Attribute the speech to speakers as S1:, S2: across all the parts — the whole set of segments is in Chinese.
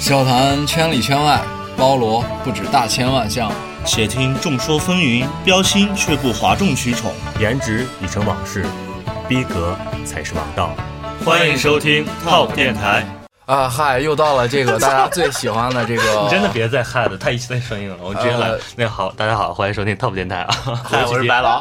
S1: 笑谈圈里圈外，包罗不止大千万项。
S2: 且听众说纷纭，标新却不哗众取宠。
S3: 颜值已成往事，逼格才是王道。，
S2: 欢迎收听 Top 电台。
S1: 啊嗨，又到了这个大 家最喜欢的这个
S3: 你真的别再害了，太一气太生硬了。我们直接来。那好，大家好，欢迎收听 Top 电台 啊。
S2: 呃嗨，我是白狼。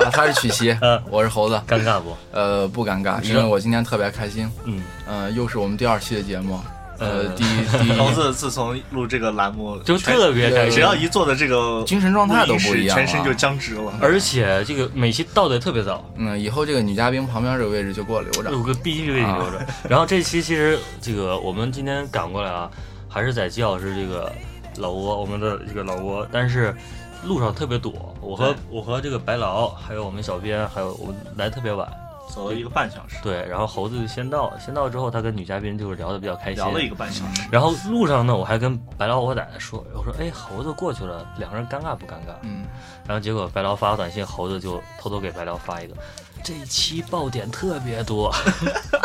S1: 啊，他是曲奇
S3: 嗯，
S1: 我是猴子。
S3: 尴尬不？
S1: 呃，不尴尬，因为我今天特别开心。
S3: 嗯，
S1: 呃，又是我们第二期的节目。呃，
S3: 嗯
S1: 第第
S2: 猴子自从录这个栏目，
S3: 就
S2: 全
S3: 特别尴
S1: 对
S2: 只
S3: 尬，
S2: 要一坐的这个
S1: 精神状态都不
S2: 录
S1: 一
S2: 音室
S3: 啊
S1: 样了
S2: 全身就僵直了。
S3: 而且这个每期到的特别早，
S1: 嗯，以后这个女嘉宾旁边这个位置就给我留着。
S3: 有个必须得
S1: 啊
S3: 留着。然后这期 其实这个我们今天赶过来啊，还是在季老师这个老窝，我们的这个老窝，但是路上特别堵。我和
S2: 对
S3: 我和这个白劳，还有我们小编，还有我们来特别晚，
S2: 走了一个半小时，
S3: 对。然后猴子先到，先到之后，他跟女嘉宾就是聊的比较开心，
S2: 聊了一个半小时。
S3: 然后路上呢，我还跟白劳我奶奶说，我说哎，猴子过去了，两个人尴尬不尴尬？
S1: 嗯，
S3: 然后结果白劳发短信，猴子就偷偷给白劳发一个，这一期爆点特别多，
S2: 啊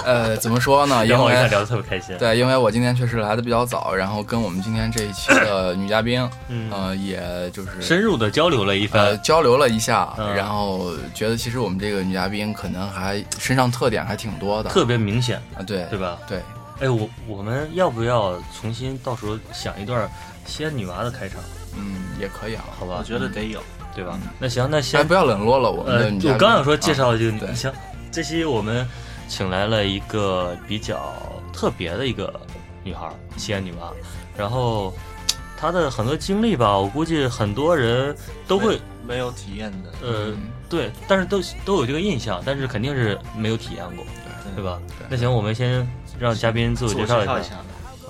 S1: 呃，怎么说呢？
S3: 然
S1: 因
S3: 后我一看
S1: 为
S3: 聊得特别开心。
S1: 对，因为我今天确实来的比较早，然后跟我们今天这一期的女嘉宾，
S2: 啊
S3: 嗯，
S1: 呃，也就是
S3: 深入的交流了一
S1: 呃
S3: 番，
S1: 交流了一下，
S3: 嗯
S1: 然后觉得其实我们这个女嘉宾可能还身上特点还挺多
S2: 呃
S1: 的，
S3: 特别明显，
S1: 啊，对
S3: 对吧？
S1: 对，
S2: 嗯
S3: 哎，我我们要不要重新到时候想一段仙女娃的开场，
S1: 嗯，也可以啊，
S3: 好
S2: 我
S3: 吧？
S2: 觉得嗯得有，
S3: 对吧？那行，那先
S1: 哎，不要冷落了我们
S3: 呃
S1: 的女，嘉宾。
S3: 我刚想说介
S1: 啊，
S3: 绍就
S1: 对
S3: 你像这期我们请来了一个比较特别的一个女孩儿，西安女娃，然后她的很多经历吧，我估计很多人都会
S2: 没有体验的，
S3: 呃
S1: 嗯
S3: 对，但是都都有这个印象，但是肯定是没有体验过，
S2: 对
S3: 对？吧
S1: 对？
S3: 那行，我们先让嘉宾自
S2: 自
S3: 我
S2: 我介
S3: 介绍一
S2: 绍
S3: 下
S2: 一，下，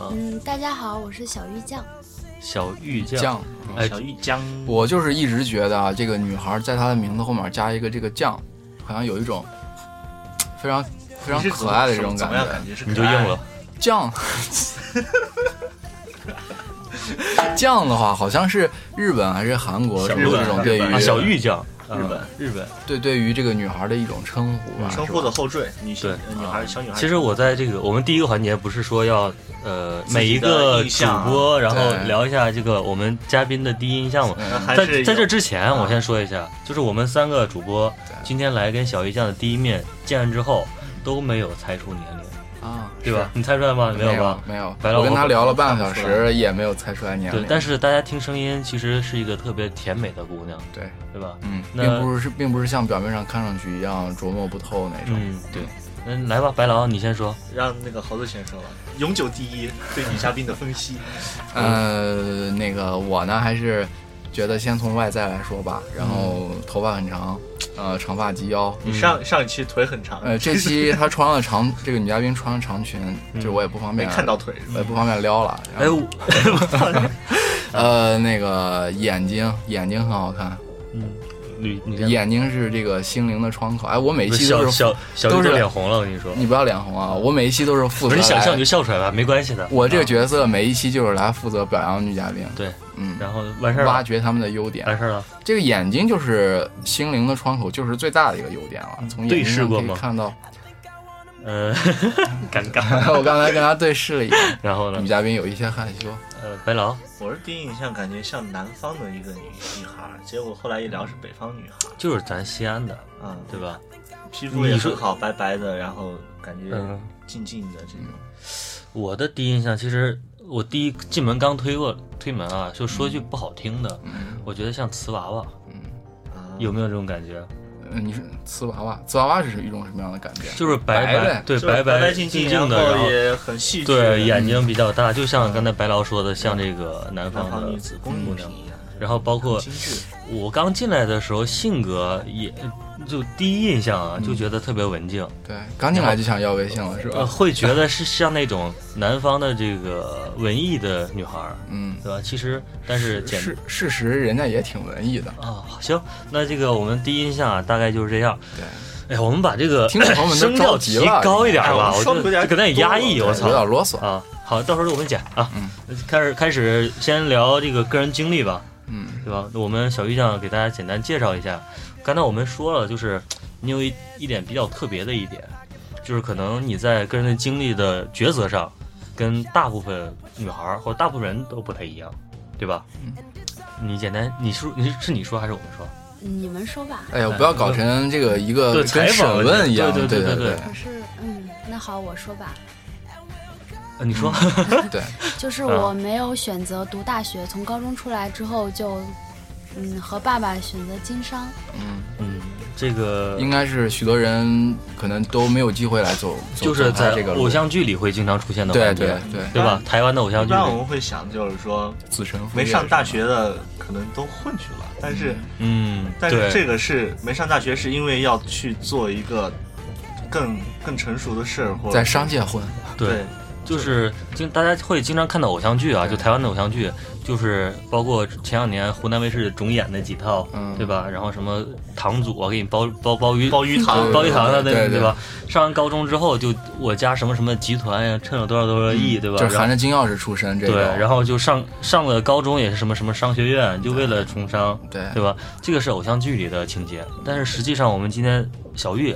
S3: 啊
S4: 嗯，大家好，我是小玉酱。
S3: 小玉酱，
S1: 酱，
S3: 哎
S2: 小玉江，
S1: 我就是一直觉得啊，这个女孩在她的名字后面加一个这个酱，好像有一种非常非
S2: 你
S1: 常
S2: 是
S1: 可爱的这种
S2: 怎
S1: 感觉
S2: 么样。感觉是可
S3: 你
S2: 爱
S3: 就硬了，
S1: 酱， 酱的话好像是日本还是韩国
S3: 小
S1: 是不是
S3: 日
S1: 这种
S2: 本
S1: 对
S2: 日本
S1: 于
S3: 啊，小玉酱，
S2: 日本
S3: 嗯日本。
S1: 对对于这个女孩的一种称呼吧，
S2: 生
S1: 是
S2: 活
S1: 吧
S2: 的后缀，女性
S3: 啊对啊
S2: 呃女孩小女孩。
S3: 其实我在这个我们第一个环节不是说要呃
S2: 自己的
S3: 每一个
S2: 印
S3: 主
S2: 象啊
S3: 播，然后
S1: 对
S3: 聊一下这个我们嘉宾的第一印象嘛。
S2: 呃
S1: 嗯
S2: 还
S3: 在
S2: 是
S3: 在这
S2: 有
S3: 之前，我先说一下，就是我们三个主播
S1: 对
S3: 今天来跟小鱼酱的第一面见完之后，都没有猜出年龄，
S1: 啊，
S3: 对吧？你猜出来吗？
S1: 是？
S3: 没
S1: 没
S3: 有吧？
S1: 没有，
S3: 白老
S1: 我跟
S3: 我
S1: 她
S3: 不
S1: 聊了半个小
S2: 看不出
S1: 时，也没有猜出来年
S3: 对
S1: 龄。，
S3: 但是大家听声音，其实是一个特别甜美的姑娘，
S1: 对，
S3: 对吧？
S1: 嗯，
S3: 那
S1: 并不是并不是像表面上看上去一样琢磨不透那种。
S3: 嗯，对。那来吧，白狼，你先说。
S2: 让那个猴子先说吧，永久第一对女嘉宾的分析。
S1: 呃，那个我呢，还是觉得先从外在来说吧。然后
S3: 嗯
S1: 头发很长，呃，长发及腰，
S2: 你上上一期腿很长，
S1: 呃，这期她穿了长，这个女嘉宾穿了长裙，就我也不方
S2: 没
S1: 便
S3: 啊
S2: 看到，腿是
S1: 我也
S2: 吧？
S1: 不方便撩了。
S3: 嗯哎，
S1: 然后
S3: 我我操你
S1: 呃，那个眼睛，眼睛很好看，
S3: 嗯，你你先
S1: 眼睛是这个心灵的窗口。哎，我每一期
S3: 小
S1: 都是，
S3: 小小
S1: 都
S3: 鱼
S1: 是
S3: 都脸红了，我跟你说。
S1: 你不要脸红啊！我每一期都是负
S3: 不
S1: 责
S3: 是你想笑你
S1: 来
S3: 就，笑出来吧，没关系的。
S1: 我这个
S3: 啊
S1: 角色每一期就是来负责表扬女嘉宾，
S3: 对，
S1: 嗯，
S3: 然后哎完事儿
S1: 挖
S3: 了，
S1: 掘他们的优点。
S3: 完事儿了。
S1: 这个眼睛就是心灵的窗口，就是最大的一个优点了。从眼睛
S3: 嗯对视
S1: 上
S3: 过
S1: 可以
S3: 吗
S1: 看到， 哎
S3: 呃， 尴尬。
S1: 我刚才跟他对视了一眼，
S3: 然后
S1: 女
S3: 呢？
S1: 嘉宾有一些害羞。
S3: 呃，白狼
S2: 我是第一印象感觉像南方的一个女女孩儿，结果后来一聊是北方女孩儿，
S3: 就是咱西安的，
S2: 啊、
S3: 对吧？
S2: 皮肤也很好，白白的，然后感觉
S3: 嗯，
S2: 静静的这种。
S3: 我的第一印象其实，我第一进门刚推过推门啊，就说句不好听的，
S1: 嗯
S3: 我觉得像瓷娃娃，
S1: 嗯，
S2: 啊
S3: 有没有这种感觉？
S1: 呃你是瓷娃娃，瓷娃娃是一种什么样的感觉？
S3: 就是白
S1: 白呗
S3: 对
S2: 就是白
S3: 白
S2: 净
S3: 净
S2: 然
S3: 的，然后
S2: 后也很细致。
S3: 对眼
S2: 嗯
S3: 睛比较大，就
S1: 嗯
S3: 像刚才白狼说的，像这个南
S2: 南
S3: 方
S2: 方女
S3: 的
S2: 子公
S3: 姑
S2: 主
S3: 娘
S2: 品。一样，
S3: 嗯然后包括
S2: 精致。
S3: 我刚进来的时候，性格也就第一印象啊，
S1: 嗯
S3: 就觉得特别文静，
S1: 对，刚进来就想要微信了是
S3: 呃，
S1: 吧？
S3: 会觉得是像那种南方的这个文艺的女孩儿，
S1: 嗯，
S3: 对吧？其实，但是简
S1: 事事实人家也挺文艺的。
S3: 啊，行，那这个我们第一印象啊，大概就是这样。
S1: 对，
S3: 哎呀，我们把这个
S1: 听众朋友们都
S3: 声调
S1: 着急
S3: 提
S1: 了
S3: 高一点
S2: 哎我
S3: 吧，
S2: 们
S3: 我
S2: 说得
S3: 就
S2: 有点
S3: 就可能也压抑，
S2: 多
S3: 我
S2: 了
S1: 有
S3: 操
S1: 点啰嗦。
S3: 啊！好，到时候我们剪啊
S1: 嗯。
S3: 开始开始，先聊这个个人经历吧。
S1: 嗯，
S3: 对吧？我们小玉酱给大家简单介绍一下，刚才我们说了，就是你有一一点比较特别的一点，就是可能你在个人的经历的抉择上，跟大部分女孩儿或大部分人都不太一样，对吧？
S1: 嗯
S3: 你简单，你是你是是你说还是我们说？
S4: 嗯你们说吧。
S1: 哎呀，不要搞成这个一个
S3: 对
S1: 跟
S3: 采访
S1: 审问一样，
S3: 对对
S1: 对
S3: 对
S1: 对
S3: 对
S4: 可是，嗯，那好，我说吧，
S3: 呃，你说，
S1: 对，
S4: 就是
S3: 啊
S4: 我没有选择读大学，从高中出来之后就，嗯，和爸爸选择经商。
S1: 嗯，
S3: 嗯，这个
S1: 应该是许多人可能都没有机会来走，走
S3: 就是
S1: 走他
S3: 在
S1: 这个路
S3: 偶像剧里会经常出现的
S1: 对
S3: 环节，
S1: 对对
S3: 对吧？台湾的偶像
S2: 一
S3: 剧
S2: 般我
S3: 里，
S2: 们会想就是说，
S1: 子承父业
S2: 没上大学的可能都混去了，但是
S3: 嗯，
S2: 但是
S3: 对，
S2: 这个是没上大学是因为要去做一个更更成熟的事儿，或者
S1: 在商界混，
S3: 对，就是经大家会经常看到偶像剧啊，就台湾的偶像剧，就是包括前两年湖南卫视总演那几套，
S1: 嗯
S3: 对吧？然后什么堂主啊，给你包包包鱼
S2: 包鱼
S1: 对
S2: 塘
S1: 对
S3: 包一堂的那
S1: 对对
S3: 对吧？上完高中之后就我家什么什么集团呀，趁了多少多少亿，对吧？
S1: 就是
S3: 然
S1: 含
S3: 后
S1: 着金钥匙出身这
S3: 对
S1: 种，，
S3: 然后就上上了高中也是什么什么商学院，就为了从商，
S1: 对
S3: 对吧？这个是偶像剧里的情节，但是实际上我们今天小玉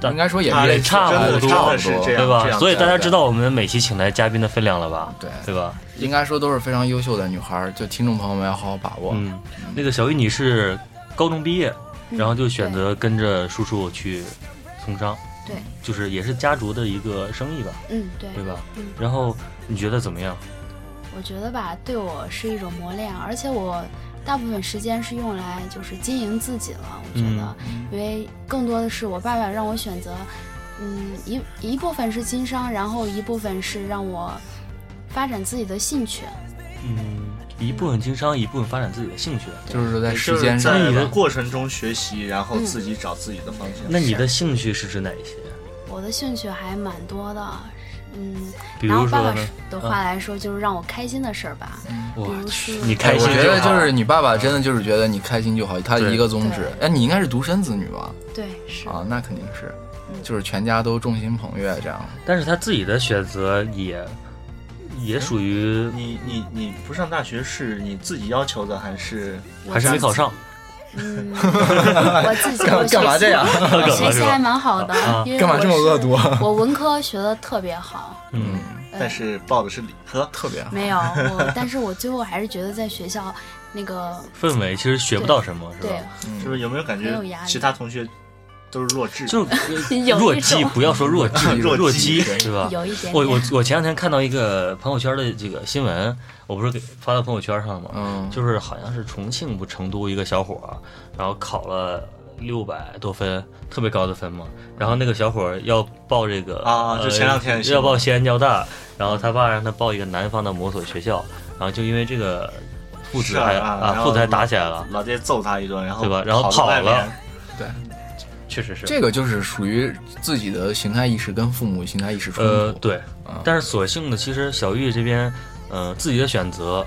S3: 但
S1: 应该说也
S3: 啊
S1: 也
S3: 也差
S1: 不多，
S3: 不多
S1: 差
S2: 真的是这样
S3: 对吧？所以
S1: 啊
S3: 大
S1: 这
S3: 家
S1: 样
S3: 知道我们每期请来嘉宾的分量了吧？
S1: 对
S3: 对吧？
S1: 应该说都是非常优秀的女孩儿，就听众朋友们要好好把握。
S3: 嗯，那个小玉，你是高中毕业，
S4: 嗯
S3: 然后就选择跟着叔叔去从商，
S4: 对，
S3: 就是也是家族的一个生意吧，
S4: 嗯，对，
S3: 对吧
S4: 嗯？
S3: 然后你觉得怎么样？
S4: 我觉得吧，对我是一种磨练，啊而且我大部分时间是用来就是经营自己了。我觉得，
S3: 嗯
S4: 因为更多的是我爸爸让我选择，嗯，一一部分是经商，然后一部分是让我发展自己的兴趣。
S3: 嗯，一部分经商，一部分发展自己的兴趣。
S1: 就是说在
S2: 就
S1: 时
S2: 是
S1: 间上，
S2: 在
S3: 你的
S2: 过程中学习，然后自己找自己的方向。
S3: 那你的兴趣是指哪一些？
S4: 我的兴趣还蛮多的，嗯，
S3: 比
S4: 拿
S3: 如
S4: 我
S3: 说
S4: 爸爸
S3: 呢？嗯
S4: 的话来说，就是让我开心的事儿吧。
S3: 我
S4: 比如
S3: 去
S4: 是
S3: 你
S1: 哎
S3: 开
S1: 我
S3: 心
S1: 觉
S3: 就
S1: 得
S3: 好
S1: 就是你爸爸真的就是觉得你开心就好，他的一个宗旨。哎，你应该是独生子女吧？
S4: 对，是，
S1: 啊，那肯定是，
S4: 嗯
S1: 就是全家都众星捧月这样。
S3: 但是他自己的选择也也属于
S2: 你你你不上大学是你自己要求的，还是
S4: 我
S3: 还是没考上，
S4: 嗯，我自己我学习？学习还蛮好的，
S3: 啊
S4: 因 为
S1: 干嘛这么
S4: 我是
S1: 恶毒啊？
S4: 我文科学的特别好，
S3: 嗯，
S4: 呃
S2: 但是报的是理科？
S1: 特别好。
S4: 没有我，但是我最后还是觉得在学校那个
S3: 氛围其实学不到什么，是吧
S4: 对？
S2: 是不是有没有感
S4: 很
S2: 觉
S4: 有压力
S2: 其他同学都是弱智？
S3: 就
S4: 有
S3: 弱
S4: 一
S3: 鸡，
S4: 种
S3: 不要说弱 鸡，
S2: 弱
S3: 弱
S2: 鸡
S3: 鸡，对吧？
S4: 有一点
S3: 我
S4: 点
S3: 我我前两天看到一个朋友圈的这个新闻，我不是给发到朋友圈上了吗？
S1: 嗯
S3: 就是好像是重庆不成都一个小伙儿，然后考了六百多分，特别高的分嘛。然后那个小伙儿要报这个
S2: 啊
S3: 呃
S2: 就前两天的新
S3: 要
S2: 闻
S3: 报西安交大，然后他爸让他报一个南方的某所学校，然后就因为这个父子
S2: 是啊
S3: 还
S2: 啊然后嗯
S3: 父子还打起来了，
S2: 老爹揍他一顿，然后
S3: 对吧然后
S2: 跑到外面
S3: 跑了
S1: 对，
S3: 确实是
S1: 这个就是属于自己的形态意识跟父母形态意识冲
S2: 嗯
S3: 呃，
S1: 突。
S3: 对
S1: 啊，
S3: 但是所幸的，其实小玉这边，呃，自己的选择，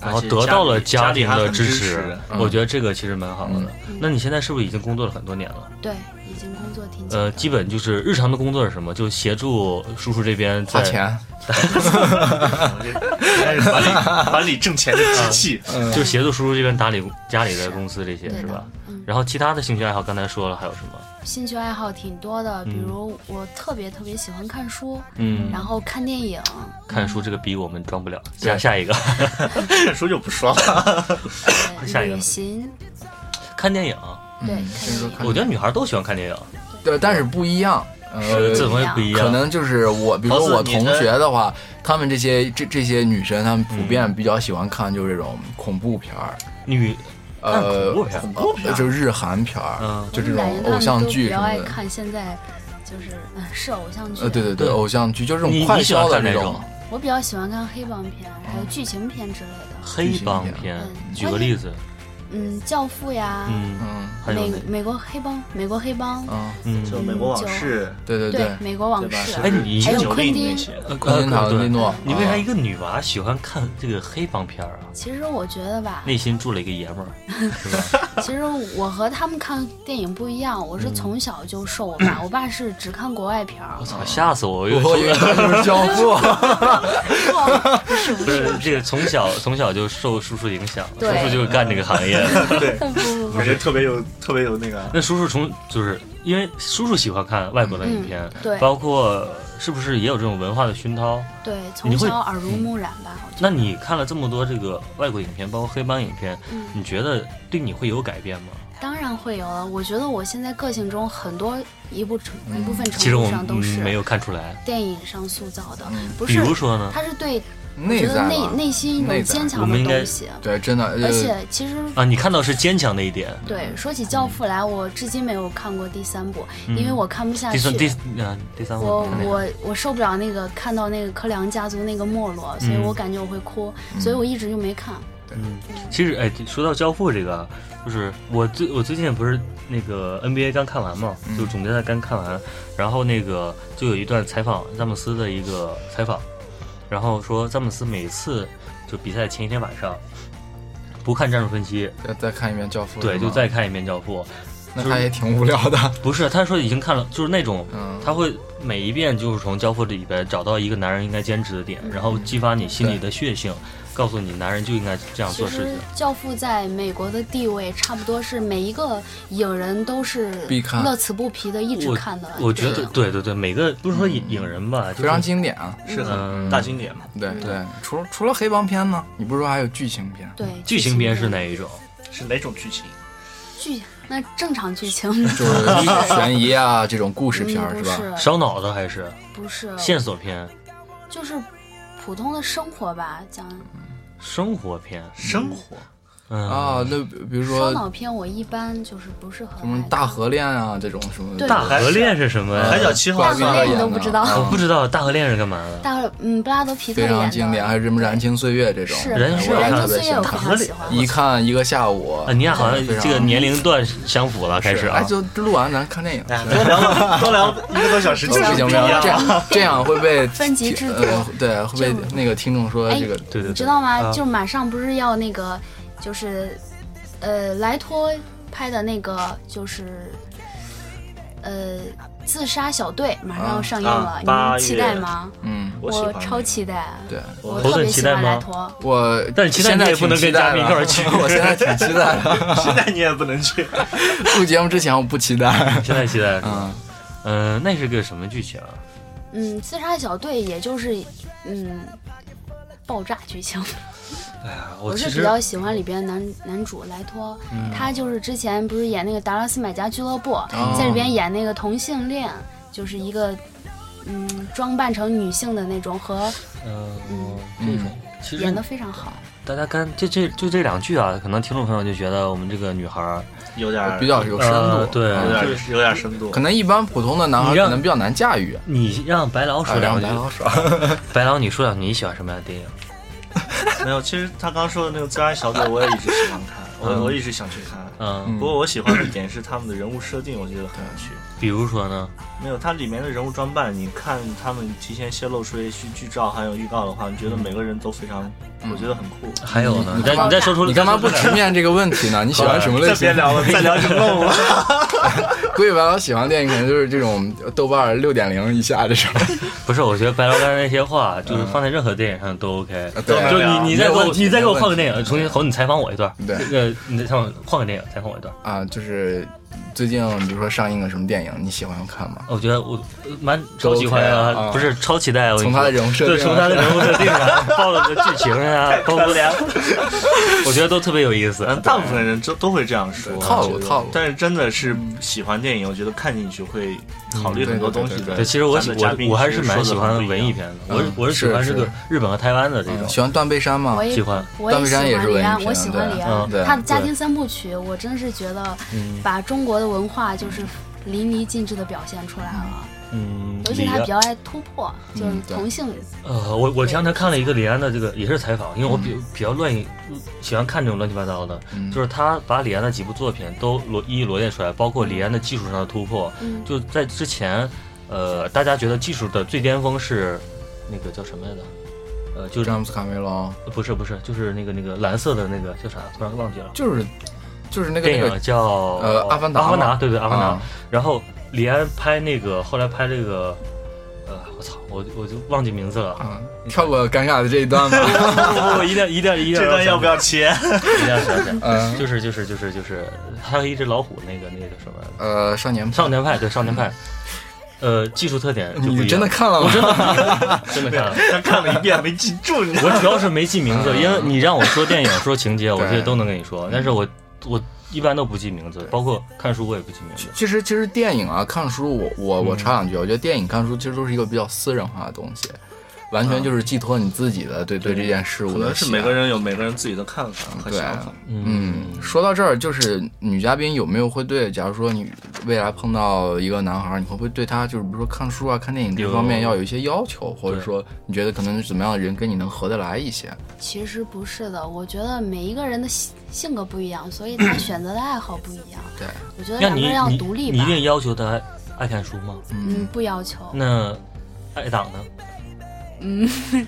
S3: 然后
S2: 而且
S3: 得到了
S2: 家里
S3: 庭
S2: 家里还
S3: 的
S2: 很支
S3: 持
S2: 持，
S1: 嗯
S3: 我觉得这个其实蛮好的
S1: 嗯。
S3: 那你现在是不是已经工作了很多年了？
S4: 对，已经工作挺久
S3: 呃，
S4: 了，
S3: 基本就是日常的工作是什么？就协助叔叔这边在
S1: 花钱，
S2: 应该是管理管理挣钱的机器。
S3: 就协助叔叔这边打理家里的公司这些
S4: 对
S3: 是吧
S4: 的？，嗯，
S3: 然后其他的兴趣爱好，刚才说了还有什么？
S4: 兴趣爱好挺多的，比
S3: 嗯
S4: 如我特别特别喜欢看书，
S3: 嗯，
S4: 然后看电 影，
S3: 看书这个逼我们装不了。
S1: 对
S3: 下下一个
S2: 看书就不说了，
S4: 呃
S3: 下一个
S4: 旅行，
S3: 看电影，
S4: 对，
S1: 嗯
S4: 看电
S1: 先说
S4: 影
S1: 看。
S3: 我觉得女孩都喜欢看电影，
S1: 对，但是不一样。呃
S4: 是，
S3: 怎么会不一样？
S1: 可能就是我，比如说我同学的话，他们这些这这些女生，她们普
S3: 嗯
S1: 遍比较喜欢看就是这种恐怖片儿，
S3: 女看
S1: 呃，
S3: 恐怖片
S1: 片，就是日韩片儿，
S3: 嗯
S1: 就这
S4: 感觉
S1: 种
S4: 他
S1: 偶
S4: 们都
S1: 像
S4: 比
S1: 剧
S4: 较
S1: 什
S4: 爱
S1: 么的。
S4: 看现在就是嗯是偶像剧，
S1: 呃，对对对，
S3: 对
S1: 偶像剧就是这
S3: 你
S1: 种
S3: 你
S1: 快
S3: 喜欢
S1: 消的
S3: 看哪
S1: 那
S3: 种
S4: 我比较喜欢看黑帮片，还有剧情片之类的。
S3: 黑帮片，举个例子，
S4: 嗯，教父呀，
S3: 嗯，
S1: 嗯
S3: 还有
S4: 美
S3: 哪？
S4: 美国黑帮，美国黑帮，
S1: 嗯，
S2: 就
S3: 嗯，
S2: 美国往事，
S1: 对对对，
S4: 美国往
S2: 对吧？
S4: 事
S2: 是，
S3: 哎你
S2: 是
S4: 还有
S2: 九
S4: 昆
S2: 令
S4: 汀
S2: 那些。
S3: 呃
S1: 昆汀塔伦蒂
S4: 哦
S1: 诺，
S3: 你为啥一
S1: 啊
S3: 个女娃喜欢看这个黑帮片儿啊？
S4: 其实我觉得吧，
S3: 内心住了一个爷们儿，是吧？
S4: 其实我和他们看电影不一样，我是从小就受我爸，我爸是只看国外片儿
S3: 我。操，啊吓死我！我
S1: 我以
S3: 又
S1: 为他就是教 父，
S4: 哇不是不
S3: 不
S4: 是，
S3: 是这个从小从小就受叔叔影响，叔
S4: 对嗯
S3: 叔就是干这个行业业。
S2: 对，
S4: 不不
S2: 感觉特别有特别有那个，
S3: 那叔叔从就是因为叔叔喜欢看外国的影片，
S4: 嗯对
S3: 包括是不是也有这种文化的熏陶？
S4: 对，
S3: 你
S4: 从
S3: 会
S4: 小耳濡目染吧。我觉得
S3: 那你看了这么多这个外国影片，包括黑帮影片，
S4: 嗯
S3: 你觉得对你会有改变吗？
S4: 当然会有了。我觉得我现在个性中很多一部程一部分
S3: 其
S4: 程
S3: 实我
S4: 度
S3: 们
S4: 上都
S3: 没
S4: 是
S3: 有看出来。
S4: 电影上塑造的
S1: 嗯，
S4: 不
S3: 比
S4: 是
S3: 如，说呢，
S4: 它是对我
S1: 内
S4: 觉得
S1: 在
S4: 内
S1: 吧，
S4: 内心一
S1: 内
S4: 种
S1: 在
S4: 坚
S3: 我
S4: 强
S3: 们
S4: 的
S3: 应该呃
S4: 东西。
S1: 对，真的，呃
S4: 而
S1: 而
S4: 且其实
S3: 啊，你看到是坚强的一点。
S4: 对，说起《教父》来，我至今没有看过第三部，因为
S3: 嗯
S4: 我看不下
S3: 第三第
S4: 去。
S3: 啊第三
S4: 我
S3: 部，
S4: 我我受不了那个看到那个柯良家族那个没落，所以
S3: 嗯
S4: 我感觉我会哭，所以我一直就没看。
S3: 嗯，其实哎，说到交付这个，就是我最我最近不是那个 NBA 刚看完嘛，就总决赛刚看完，然后那个就有一段采访詹姆斯的一个采访，然后说詹姆斯每次就比赛前一天晚上不看战术分析，
S1: 再再看一遍《教父》，是
S3: 对，
S1: 吗
S3: 就再看一遍交付。
S1: 那
S3: 就是
S1: 他也挺无聊的，
S3: 不是，他说已经看了，就是那种
S1: 嗯，
S3: 他会每一遍就是从交付里边找到一个男人应该坚持的点，然后激发你心里的血性，告诉你男人就应该这样
S4: 其
S3: 做事
S4: 实
S3: 情。
S4: 《教父》在美国的地位，差不多是每一个影人都是
S1: 必看
S4: 乐此不疲的一直
S3: 我
S4: 看的。
S3: 我觉得对对对，每个不是说影影人吧，就
S1: 非常
S3: 是
S1: 经典啊。
S2: 是
S3: 嗯
S2: 很大经典嘛。
S1: 对对，除除了黑帮片呢，你不是说还有剧情片？
S4: 对
S3: 剧情片是哪一种？
S2: 是哪种剧情？
S4: 剧？那正常 剧情
S1: 就是悬疑啊这种故事片儿
S4: 嗯
S1: 是
S4: 不
S1: 吧？
S4: 是
S3: 烧脑的还是
S4: 不是，
S3: 线索片、
S4: 就是普通的生活吧，讲
S3: 生活片？
S2: 生活
S3: 嗯
S1: 啊，那比如
S4: 烧
S1: 说
S4: 脑片，我一般就是不是很
S1: 什么
S4: 爱
S1: 大
S4: 看
S1: 河恋啊这种什么的，
S4: 对
S3: 大河恋是什么呀？
S2: 海角七号
S1: 布拉
S4: 大
S1: 德
S4: 河
S1: 皮特
S4: 恋你都
S1: 演
S4: 不
S1: 的
S4: 知道
S3: 我
S1: 啊
S3: 不知道大河恋是干嘛的。
S4: 大河嗯，布拉德皮特
S1: 非
S4: 演
S1: 常
S4: 的
S1: 经典，还有什么《燃情岁月》这种，
S4: 是
S3: 人
S1: 哎
S3: 是
S1: 我也
S4: 燃
S3: 看
S1: 特别
S4: 情岁
S1: 喜
S4: 月》，我
S1: 欢，
S4: 非常喜欢。
S1: 一看一个下午
S3: 啊，你俩好像
S1: 非常
S3: 这个年龄段相符了，开始
S1: 哎，
S3: 啊。
S1: 就录完咱看电影。
S2: 哎，多聊多聊一个多小时
S1: 不
S2: 就是
S1: 行
S2: 不
S1: 不
S2: 一
S1: 行，
S2: 样
S1: 这样这样会 被
S4: 分级制度
S1: 呃，对，会被那个听众说
S4: 哎
S1: 这个
S3: 对对
S4: 你知
S3: 对，
S4: 道吗？
S2: 嗯
S3: 啊
S4: 就马上不是要那个，就是，呃，莱托拍的那个就是，呃，自杀小队马上要上映
S2: 啊
S4: 了，你
S2: 八
S4: 们
S2: 月
S4: 期待吗？
S1: 嗯，
S2: 我喜欢那个
S4: 超期待，啊
S1: 对。
S4: 我
S3: 头
S4: 特
S3: 等
S4: 别
S3: 期
S4: 喜
S3: 待
S4: 欢
S3: 吗
S4: 莱托。
S1: 我
S3: 但是期待
S1: 现在
S3: 你也不能
S1: 挺
S3: 跟
S1: 期待
S3: 嘉宾一块儿
S1: 的
S3: 去
S1: 我现在挺期待 的，
S2: 现在你也不能去。
S1: 录节目之前我不期 待。
S3: 现在期待。
S1: 嗯，
S3: 嗯，那是个什么剧情啊？
S4: 嗯，自杀小队也就是，嗯，爆炸剧情。
S3: 哎呀，
S4: 我
S3: 其
S4: 是
S3: 实嗯
S4: 比较喜欢里边男男主莱托，他就是之前不是演那个《达拉斯买家俱乐部》
S3: 哦
S4: 在里边演那个同性恋，就是一个嗯装扮成女性的那种和
S3: 嗯，
S1: 嗯
S3: 其实
S4: 演得非常好。
S3: 大家看这这就这两句啊，可能听众朋友就觉得我们这个女孩儿
S2: 有点儿
S1: 比较有深
S3: 呃
S1: 度，
S2: 有
S3: 对
S1: 嗯
S2: 点儿有点儿深度
S1: 可。能一般普通的男孩
S3: 你让
S1: 可能比较难驾驭。
S3: 你让白老
S1: 啊
S3: 说两句，
S1: 白老 鼠，
S3: 白老你说两句，你喜欢什么样的电影？
S2: 没有，其实他刚说的那个《自然小队》，我也一直喜欢看，
S3: 嗯
S2: 我我一直想去看。
S3: 嗯，
S2: 不过我喜欢的点是他们的人物设定，我觉得很有趣。
S3: 比如说呢？
S2: 没有，它里面的人物装扮，你看他们提前泄露出一些剧照还有预告的话，你觉得每个人都非常，
S3: 嗯
S2: 我觉得很酷。
S3: 还有呢？你再
S4: 干嘛
S3: 你再说出
S1: 你干嘛不直面这个问 题呢？你喜欢什么类
S2: 呃再
S1: 型
S2: 别？聊了，再聊就漏了。
S1: 估计白老喜欢的电影可能就是这种豆瓣六点零以下这 种。
S3: 不是，我觉得白老刚才那些话，就是放在任何电影上都 OK。
S1: 嗯呃对啊
S3: 就你你再给
S1: 没有
S3: 我
S1: 问题
S3: 你再给我换个
S1: 没
S3: 电影，重新侯你采访我一段。
S1: 对
S3: 这个你再采访换个电影，采访我一段。
S1: 啊，就是最近比如说上映个什么电影，你喜欢看吗？
S3: 我觉得我呃蛮超喜欢
S1: 都 OK
S3: 啊，
S1: 啊
S3: 不是超期待。我跟你
S1: 从
S3: 说
S1: 他的人物设定啊
S3: 对，从他的人物设定 啊，暴露的剧情啊，包括 我觉得都特别有意思。
S2: 嗯，大部分人都都会这样说，
S1: 套路
S2: 我觉得
S1: 套路
S2: 但是真的是
S3: 嗯
S2: 喜欢电影，我觉得看进去会考虑很多东西
S1: 嗯
S2: 的。
S3: 对，其实我喜
S2: 咱们嘉
S3: 我
S2: 宾
S3: 我还是
S2: 说
S3: 蛮
S2: 得
S3: 喜欢
S2: 很不一
S3: 文艺
S2: 样。
S3: 片的，我是我是喜
S1: 是
S3: 欢这个
S1: 是
S3: 日本和台湾的这种。
S1: 喜欢断背山吗
S4: 我？也
S3: 啊喜欢
S4: 我也
S1: 段
S4: 喜
S1: 奕
S4: 欢
S1: 山也是
S4: 李
S1: 文艺
S4: 安，
S1: 片
S4: 我喜欢
S1: 对啊
S4: 李
S3: 嗯
S4: 安，
S1: 对
S4: 他的《家
S3: 对嗯
S4: 庭三部曲》，我真是觉得把中国的文化就是淋漓尽致的表现出来了，
S3: 嗯，
S4: 尤
S3: 李
S4: 其他
S3: 安
S4: 比较爱突破，就是
S1: 嗯对
S4: 同性
S3: 呃，我我前两天看了一个李安的这个也是采访，因为我比
S1: 嗯
S3: 比较乱嗯喜欢看这种乱七八糟的，就是他把李安的几部作品都罗一一罗列出来，包括李安的技术上的突破。
S4: 嗯
S3: 就在之前，呃，大家觉得技术的最巅峰是那个叫什么来着？呃，就是
S1: 詹姆斯卡梅隆，
S3: 不是不是，就是那个那个蓝色的那个叫啥，突然忘记了。
S1: 就是就是那个
S3: 电
S1: 那
S3: 影
S1: 个
S3: 叫
S1: 呃阿凡达
S3: 阿凡达
S1: 吗
S3: 对对，阿凡达
S1: 啊。
S3: 然后李安拍那个，后来拍这个呃，我操，我我就忘记名字了。
S1: 嗯，跳过尴尬的这一段吧。
S3: 不，一定一定一定
S2: 这段要不要切？
S3: 一定要想想，
S1: 嗯
S3: 就是就是就是就是，还有一只老虎，那个那个叫什么？
S1: 呃，少年派，
S3: 少年派对少年派，呃，技术特点就不一样
S1: 你真的看了吗？
S3: 真的看了。
S2: 他看了一遍没记住，你知道
S3: 我只要是没记名字，因为你让我说电影、说情节，我
S1: 嗯对嗯
S3: 这都能跟你说，但是我我一般都不记名字，包括看书我也不记名字。
S1: 其实其实电影啊，看书我我我插两句，我觉得电影看书其实都是一个比较私人化的东西，完全就是寄托你自己的对对这件事
S2: 可
S1: 物
S2: 能
S1: 的
S2: 是
S1: 喜
S2: 每个
S1: 爱。
S2: 人有每个人自己的看法和
S1: 对
S2: 想法。
S1: 嗯，说到这儿，就是女嘉宾有没有会对，假如说你未来碰到一个男孩，你会不会对他就是比如说看书啊、看电影这
S3: 有
S1: 方面要有一些要求，或者
S3: 对
S1: 说你觉得可能怎么样的人跟你能合得来一些？
S4: 其实不是的，我觉得每一个人的性性格不一样，所以他选择的爱好不一样。
S1: 对，
S4: 我觉得
S3: 那
S4: 两个
S3: 你
S4: 人要
S3: 你
S4: 独立
S3: 你
S4: 吧
S3: 一。定要求他爱看书吗？
S4: 嗯，不要求。
S3: 那爱党呢？
S1: 爱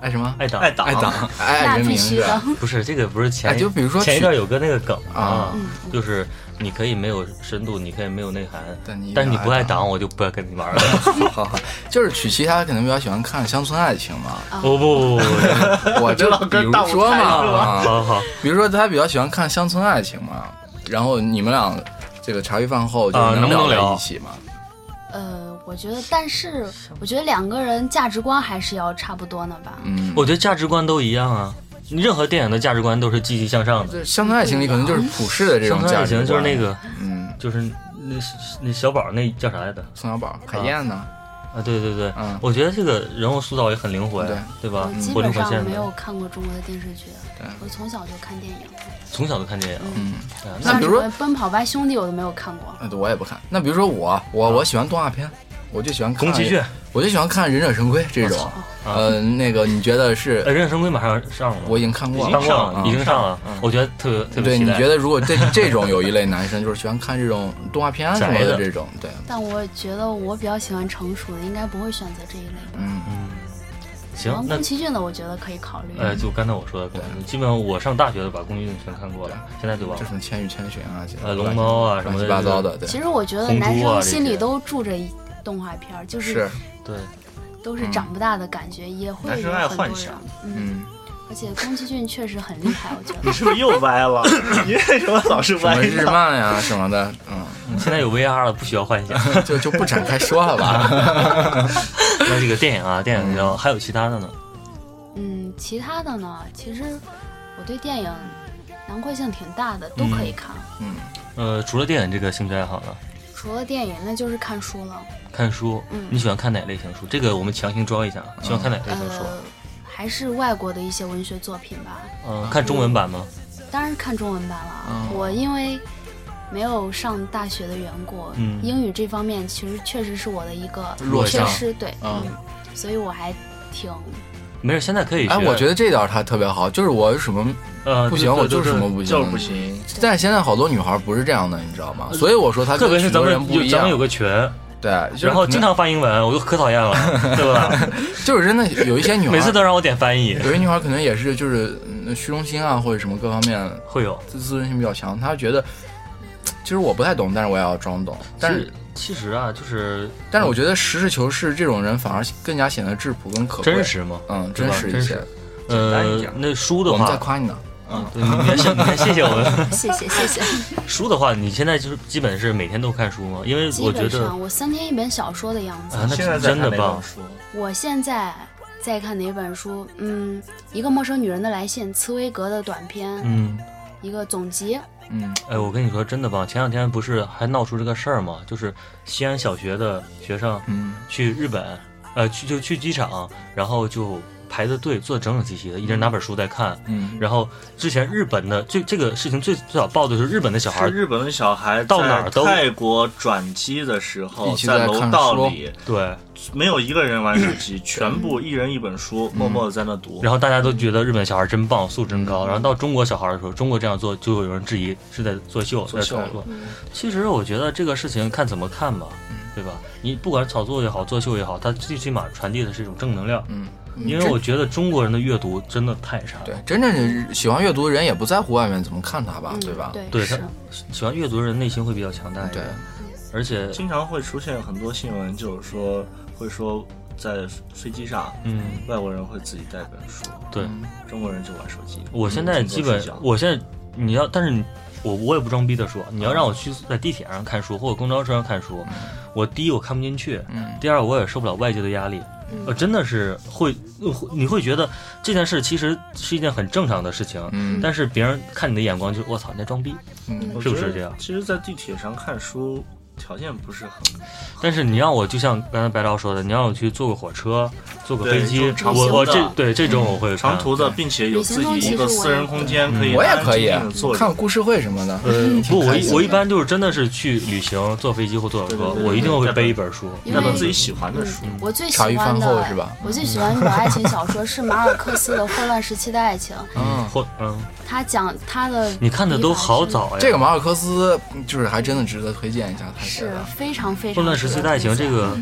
S1: 哎什么？
S3: 爱党
S2: 爱党，
S1: 爱党，爱爱
S4: 那
S1: 人
S4: 必
S1: 名
S4: 须
S1: 是
S4: 的
S1: 吧？。
S3: 不是这个不是前
S1: 哎
S3: 一
S1: 就比如说
S3: 前一
S1: 去
S3: 段有个那个梗
S1: 啊
S3: 啊，
S4: 嗯
S3: 就是你可以没有深度，你可以没有内涵，
S1: 但你一定
S3: 但是你
S1: 要
S3: 不
S1: 爱
S3: 爱
S1: 党
S3: 党，我就不要跟你玩了。
S1: 好好好，就是曲奇他可能比较喜欢看乡村爱情 嘛，
S3: 哦不不不不，
S1: 我就比如说嘛，啊
S3: 好好
S1: 比如说他比较喜欢看乡村爱情嘛，然后你们俩这个茶余饭后就
S3: 啊能不
S1: 聊
S3: 能
S1: 在
S3: 聊
S1: 一起嘛？
S4: 呃，我觉得，但是我觉得两个人价值观还是要差不多呢吧。
S1: 嗯，
S3: 我觉得价值观都一样啊，你任何电影的价值观都是积极向上的。
S1: 这乡村爱情里可能就是普世的这
S3: 乡
S1: 种
S3: 村
S1: 价
S3: 爱
S1: 值观，
S3: 情就是那个，
S1: 嗯，
S3: 就是那那小宝那叫啥来着？
S1: 宋小宝、
S3: 嗯
S1: 海燕呢？
S3: 啊，对对对，
S1: 嗯
S3: 我觉得这个人物塑造也很灵活呀，对吧
S4: 我？嗯基
S3: 活灵
S4: 本
S3: 活现
S4: 上没有
S3: 的，
S4: 看过中国的电视剧
S1: 对，
S4: 我从小就看电影。
S3: 从小就看电影。
S1: 嗯，
S3: 哎呀
S1: 那
S4: 像
S1: 比
S4: 什
S1: 如说
S4: 么《奔跑吧兄弟》我都没有看过。
S1: 那我也不看。那比如说我，我我喜欢动画片，我就喜欢看
S3: 嗯宫崎骏，
S1: 我就喜欢看《忍者神龟》这种。呃，那个你觉得是
S3: 呃，？《忍者神龟》马上上了吗，
S1: 我已经看过
S2: 已
S1: 了
S3: 上
S2: 经。
S3: 过了，
S1: 嗯
S3: 已经上了
S2: 嗯。
S3: 我觉得特别特别
S1: 对，
S3: 期
S1: 你
S3: 待。
S1: 觉得如果这这种有一类男生就是喜欢看这种动画片啊什么
S3: 宅
S1: 的
S3: 的哦
S1: 这种，对，
S4: 但我觉得我比较喜欢成熟的，应该不会选择这一类吧。
S1: 嗯，
S3: 嗯，
S4: 然
S3: 行，
S4: 后
S3: 那
S4: 宫崎骏的我觉得可以考虑。
S3: 呃，就刚才我说的宫崎骏，基本上我上大学的把宫崎骏全看过了，现在就忘
S1: 这
S3: 了
S1: 什。么《千与千寻》啊，
S3: 呃龙猫啊什么
S1: 乱
S3: 的
S1: 七八糟的，对，，
S4: 其实我觉得
S3: 红猪啊
S4: 男生
S3: 这
S4: 心里
S3: 些
S4: 都住着一动画片儿，就是
S3: 对，
S4: 都是长不大的感觉，也会
S2: 男
S4: 有
S2: 生爱
S4: 很多
S2: 幻
S4: 人
S2: 想。
S4: 嗯，
S1: 嗯，
S4: 而且宫崎骏确实很厉害，我觉
S2: 你
S4: 得。
S2: 是不是又歪 了？ 你为什么老是
S1: 什么
S2: 歪
S1: 日
S2: 呢？
S1: 漫呀什么的，嗯，
S3: 现在有 VR 了，不需要幻想。
S1: 就就不展开说了 吧。
S3: 那这个电影啊，电影然后还有其他的呢？
S4: 嗯，其他的呢，其实我对电影囊括性挺大的，都可以看。
S3: 呃，除了电影这个兴趣爱好呢，
S4: 除了电影，那就是看书了。
S3: 看书，
S4: 嗯
S3: 你喜欢看哪类型书？这个我们强行抓一下，啊喜欢看哪类型书？
S4: 呃，还是外国的一些文学作品吧，
S3: 嗯、看中文版吗？
S4: 当然看中文版了。
S1: 嗯
S4: 我因为没有上大学的缘故，
S3: 嗯
S4: 英语这方面其实确实是我的一个
S1: 弱
S4: 缺
S1: 项
S4: 失，对，
S1: 嗯
S4: 所以我还 挺
S3: 没事，现在可以学。
S1: 哎，我觉得这点儿他特别好，就是我有什么
S3: 呃
S1: 不行，我就是什么。
S3: 对对对
S1: 不
S2: 就是
S1: 行
S2: 不。行，
S1: 但是现在好多女孩不是这样的，你知道吗？所以我说他
S3: 呃特别是咱们
S1: 不
S3: 有
S1: 一
S3: 咱们有
S1: 样，
S3: 个群，
S1: 对，
S3: 然后经常发英文，我就可讨 厌了，对吧？
S1: 就是真的有一些女孩，
S3: 每次都让我点翻译，
S1: 有些女啊孩可能也是就是嗯虚荣心啊或者什么各方面
S3: 会有。
S1: 自自尊心比较强，她觉得其实我不太懂，但是我也要装懂。但是
S3: 其实啊，就是
S1: 但是我觉得实事求是这种人反而更加显得质朴跟可贵，
S3: 真，实嘛，
S1: 嗯，
S3: 对
S1: 真
S3: 吧
S1: 实一
S3: 真
S1: 些
S3: 实。
S2: 单一
S3: 呃
S2: 点，
S3: 那书的
S1: 我们在
S3: 话，
S1: 夸你呢，
S3: 对你别谢，你别谢谢我 们。
S4: 谢谢谢谢。
S3: 书的话，你现在就是基本是每天都看书吗？因为
S4: 基
S3: 我觉
S4: 本
S3: 得
S4: 上我三天一本小说的样子。
S3: 啊，那
S2: 现在在
S3: 真
S2: 看
S3: 的
S2: 哪
S3: 棒
S2: 本。书？
S4: 我现在在看哪本书？嗯，一个陌生女人的来信，茨威格的短篇，
S3: 嗯，
S4: 一个总集。
S1: 嗯，
S3: 哎，我跟你说，真的棒！前两天不是还闹出这个事儿吗？就是西安小学的学生，
S1: 嗯，
S3: 去日本，呃，去就去机场，然后就排着队，坐得整整齐齐的，一人拿本书在看。
S1: 嗯，
S3: 然后之前日本的最这个事情最最早爆的就是日本的小孩
S2: 是
S3: 儿，
S2: 日本的小孩
S3: 到哪儿都
S2: 在泰国转机的时候，
S1: 一起在
S2: 在楼
S1: 看
S2: 道
S1: 书
S2: 里
S3: 对，
S2: 没有一个人玩手 机，全部一人一本书，默默的在那读。
S3: 嗯然后大家都觉得日本小孩真棒，素质真高。然后到中国小孩的时候，中国这样做就有人质疑是在作秀，
S2: 作
S3: 在
S2: 秀
S3: 炒作。
S1: 嗯
S3: 其实我觉得这个事情看怎么看吧，对吧？你不管是炒作也好，作秀也好，它最起码传递的是一种正能量。
S1: 嗯，
S3: 因为我觉得中国人的阅读真的太差了。
S1: 对，真正喜欢阅读的人也不在乎外面怎么看他吧，
S4: 嗯
S1: 对吧？
S4: 对，
S3: 对他
S4: 是。
S3: 喜欢阅读的人内心会比较强大一
S1: 对
S3: 点。而且
S2: 经常会出现很多新闻，就是说会说在飞机上，
S3: 嗯，
S2: 外国人会自己带本书，
S3: 对
S1: 嗯
S2: 中国人就玩手机。
S3: 我现在基本
S2: 听歌睡觉
S3: 我现在你要，但是你我我也不装逼的说，
S1: 嗯
S3: 你要让我去在地铁上看书或者公交车上看书，我第一我看不进去，
S1: 嗯
S3: 第二我也受不了外界的压力，
S4: 嗯
S3: 呃，真的是会会你会觉得这件事其实是一件很正常的事情，
S1: 嗯
S3: 但是别人看你的眼光就我操你在装逼，
S1: 嗯
S2: 我
S3: 是不是
S2: 觉得
S3: 这样
S2: 其实，在地铁上看书条件不是很
S3: 但是你让我就像刚才白涛说的，你让我去坐个火车，坐个飞机
S2: 对就，是
S3: 我我
S2: 长途的嗯
S3: 这对这种我会啊看
S2: 长途的，并且有自己一个私人空
S3: 嗯
S2: 间，可以
S1: 嗯我也
S2: 安安
S1: 可以啊
S2: 静
S3: 啊
S2: 静地坐着
S1: 看故事会什么的。
S3: 呃不我
S1: 开
S3: 一
S1: 心
S3: 我一
S1: 的
S3: 般就是真的是去旅行坐飞机或坐火
S2: 对对
S3: 车，
S2: 对对
S3: 我一定会
S2: 那
S3: 背
S2: 本
S3: 一本书，
S4: 因
S2: 那
S4: 为
S2: 本自己喜欢的
S3: 嗯
S2: 书。
S4: 我最喜
S1: 茶余
S4: 欢
S1: 饭后
S4: 的
S1: 是吧
S4: 我最喜欢一本爱情 小说是马尔克斯的《霍乱时期的爱情》，
S1: 嗯，
S3: 或嗯，
S4: 他讲他的
S3: 你看的都好早呀。
S1: 这个马尔克斯就是还真的值得推荐一下他写
S4: 是
S1: 的。
S4: 非常非常
S3: 混乱时期的爱情，这个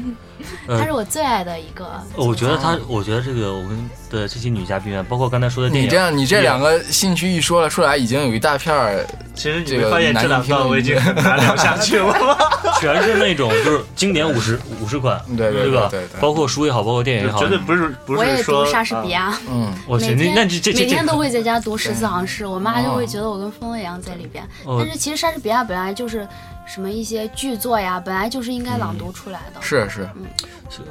S3: 呃
S4: 他是我最爱的一个。
S3: 我觉得他，我觉得这个我们的这期女嘉宾啊，包括刚才说的电
S1: 你
S3: 影，
S1: 这样，你这两个兴趣一说了出来，已经有一大片儿。
S2: 其实你没发现这两段我已经很难聊下去了吗？
S3: 全是那种就是经典五十五十款，
S1: 对对对
S3: 吧
S1: 对对？对
S3: 包括书也好，包括电影也好
S2: 绝，对不是不
S4: 我也
S2: 是
S4: 读
S2: 说
S4: 莎士比
S2: 啊
S4: 亚，
S1: 嗯，
S3: 我去，
S4: 每
S3: 哦那
S4: 天
S3: 那这这这
S4: 每
S3: 这
S4: 天都会在家读十四行诗，我妈就
S1: 哦
S4: 会觉得我跟疯了一样在里边。
S3: 哦
S4: 但是其实莎士比亚本来就是什么一些剧作呀，本来就是应该朗读出来的。
S1: 是是，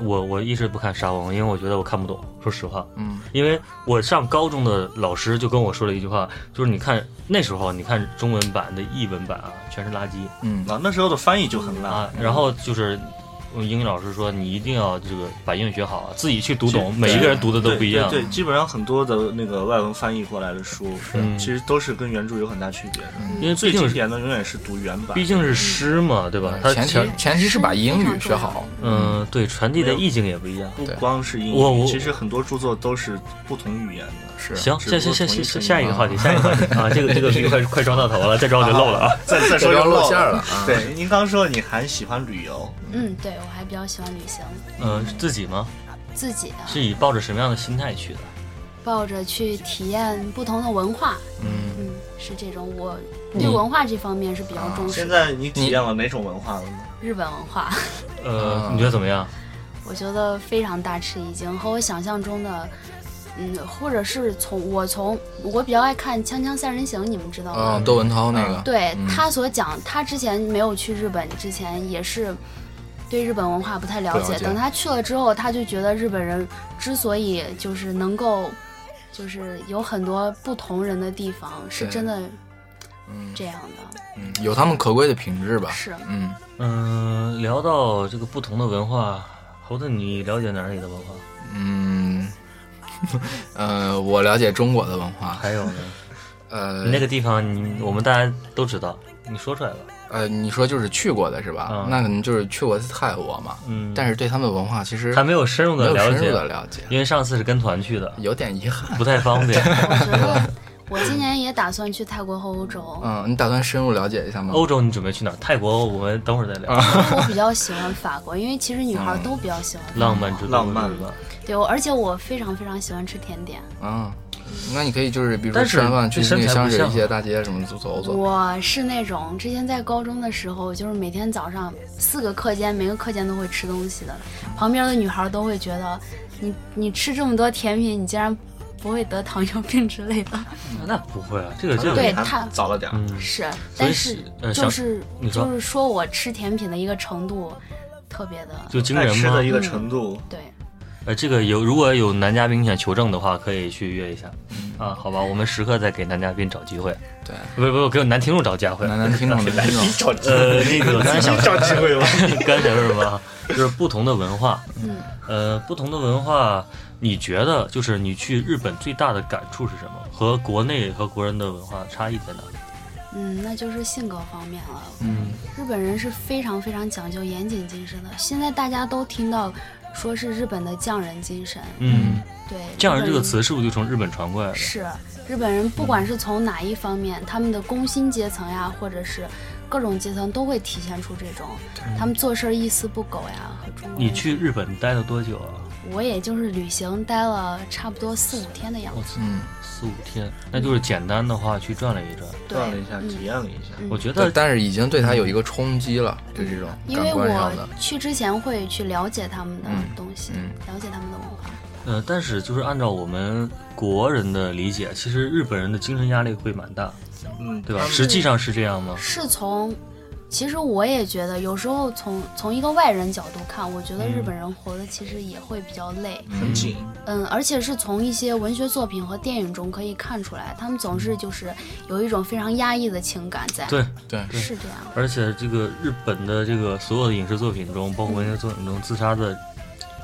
S3: 我我一直不看沙翁，因为我觉得我看不懂，说实话，
S1: 嗯，
S3: 因为我上高中的老师就跟我说了一句话，就是你看那时候你看中文版的译文版啊，全是垃圾
S1: 嗯，
S2: 啊那时候的翻译就很烂。
S4: 嗯
S3: 啊，然后就是。我英语老师说：“你一定要这个把英语学好啊，自己去读懂，
S2: 其实
S3: 每一个人读的都
S2: 对
S3: 不一样。
S2: 对，对基本上很多的那个外文翻译过来的书，
S3: 嗯
S2: 其实都是跟原著有很大区别的。
S3: 因为
S2: 最
S3: 毕竟
S2: 经
S3: 是
S2: 典的永远是读原版
S3: 毕，竟是诗嘛，对吧？它
S1: 前
S3: 全
S1: 提前提是把英语学好。
S3: 嗯、对，传递的意境也不一样。
S2: 不
S1: 对
S2: 光是英
S3: 我我
S2: 语，其实很多著作都是不同语 言的。
S1: 是，
S3: 行，
S2: 只
S3: 下
S2: 不
S3: 下
S2: 过
S3: 下
S2: 同一
S3: 下下
S2: 声
S3: 下一
S2: 音
S3: 个话题，下一个话题啊，这个这个这个快快抓到头了，再抓我就漏了啊。
S2: 再再
S1: 这
S2: 说
S1: 就
S2: 就
S1: 露
S2: 漏
S1: 馅儿了。啊。
S2: 对，您刚说你还喜欢旅游，
S4: 嗯，对我还比较喜欢旅行，
S3: 嗯、是自己吗？
S4: 自己的
S3: 是以抱着什么样的心态去的？
S4: 抱着去体验不同的文化，
S1: 嗯，
S4: 嗯，是这种我对文化这方面是比较重视
S2: 现
S4: 的。
S2: 在你体验了哪种文化了呢？
S4: 日本文化，
S3: 呃
S1: 啊，
S3: 你觉得怎么样？
S4: 我觉得非常大吃一惊，和我想象中的。嗯，或者是从我从我比较爱看《锵锵三人行》，你们知道吗？
S1: 啊，窦文涛那个，
S4: 对、
S1: 嗯
S4: 他所讲，他之前没有去日本之前也是对日本文化不太了
S1: 不
S4: 解。
S1: 了解
S4: 等他去了之后，他就觉得日本人之所以就是能够，就是有很多不同人的地方，是
S1: 对
S4: 真的
S1: 嗯
S4: 这样的。
S1: 嗯，有他们可贵的品质吧。
S4: 是
S1: 嗯，
S3: 嗯、聊到这个不同的文化，猴子，你了解哪里的文化？
S1: 嗯， 呃，我了解中国的文化，
S3: 还有呢？
S1: 呃，
S3: 你那个地方，你我们大家都知道，你说出来吧。
S1: 呃，你说就是去过的是吧？
S3: 嗯
S1: 那可能就是去过泰国嘛，
S3: 嗯，
S1: 但是对他们文化其实
S3: 还没有深入
S1: 没
S3: 的
S1: 有
S3: 了
S1: 深
S3: 解，
S1: 入的了解，
S3: 因为上次是跟团去的，
S1: 有点遗憾。
S3: 不太方 便。
S4: 我觉得我今年也打算去泰国和欧 洲，
S1: 嗯，你打算深入了解一下吗？
S3: 欧洲你准备去哪儿？泰国我们等会儿再聊。
S1: 啊
S4: 我比较喜欢法国，因为其实女孩都比较喜
S1: 嗯
S4: 欢法国
S3: 浪漫之都，
S2: 浪漫
S3: 是吧？
S4: 对，我而且我非常非常喜欢吃甜点。
S1: 嗯，那你可以就是比如说
S3: 但是
S1: 吃完饭去
S3: 这身
S1: 那个
S3: 材
S1: 香
S3: 不
S1: 水
S3: 像啊
S1: 一街大街什么走走走。
S4: 我是那种之前在高中的时候，就是每天早上四个课间，每个课间都会吃东西的，旁边的女孩都会觉得你你吃这么多甜品，你竟然不会得糖尿病之类的。
S3: 那不会啊，这个这个
S4: 嗯对
S2: 还
S4: 他
S2: 早了点儿。
S3: 嗯，
S4: 是，
S3: 所以
S4: 但
S3: 是
S4: 是
S3: 呃
S4: 就
S3: 想
S4: 是
S3: 你说
S4: 就是说我吃甜品的一个程度特别的
S3: 就惊
S2: 爱
S3: 人
S2: 吃
S3: 吗
S2: 的？一个程度，
S4: 对。
S3: 呃，这个有如果有男嘉宾想求证的话，可以去约一下。
S4: 嗯
S3: 啊，好吧，我们时刻在给男嘉宾找机会，
S1: 对，
S3: 不不，给男听众找机会。
S4: 嗯
S1: 男男听众的听众，
S2: 找机
S3: 呃，那 个我刚才想
S2: 找机会吧。
S3: 刚才想说什么啊？就是不同的文化，
S4: 嗯，
S3: 呃，不同的文化，你觉得就是你去日本最大的感触是什么？和国内和国人的文化差异在哪？
S4: 嗯，那就是性格方面了。嗯，日本人是非常非常讲究严谨精神的。现在大家都听到说是日本的匠人精神，
S3: 嗯，
S4: 对，
S3: 匠人
S4: 日
S3: 这
S4: 本
S3: 个词是不是就从日本传过来的？
S4: 是日本人，不管是从哪一方面，他们的工薪阶层呀，或者是各种阶层，都会体现出这种，他们做事儿一丝不苟呀，和中国人
S3: 你去日本待了多久啊？
S4: 我也就是旅行待了差不多四五天的样
S3: 我
S4: 子。
S3: 操，
S1: 嗯，
S3: 四五天，那就是简单的话去转了一转。
S4: 对，
S2: 转了一下，体验了一下。
S4: 嗯
S3: 我觉
S1: 对
S3: 得，
S1: 但是已经对他有一个冲击了，就这种
S4: 因
S1: 感
S4: 为
S1: 官上的
S4: 我，去之前会去了解他们的东西，
S1: 嗯
S4: 了解他们的文化。
S3: 呃，但是就是按照我们国人的理解，其实日本人的精神压力会蛮大，
S2: 嗯，
S3: 对吧？
S2: 他们
S3: 实际上是这样吗？
S4: 是从，其实我也觉得，有时候从从一个外人角度看，我觉得
S1: 嗯
S4: 日本人活的其实也会比较累。
S2: 很紧，
S4: 嗯，而且是从一些文学作品和电影中可以看出来，他们总是就是有一种非常压抑的情感在。
S3: 对，
S1: 对，
S4: 是这样。
S3: 而且这个日本的这个所有的影视作品中，包括文学作品中，自杀的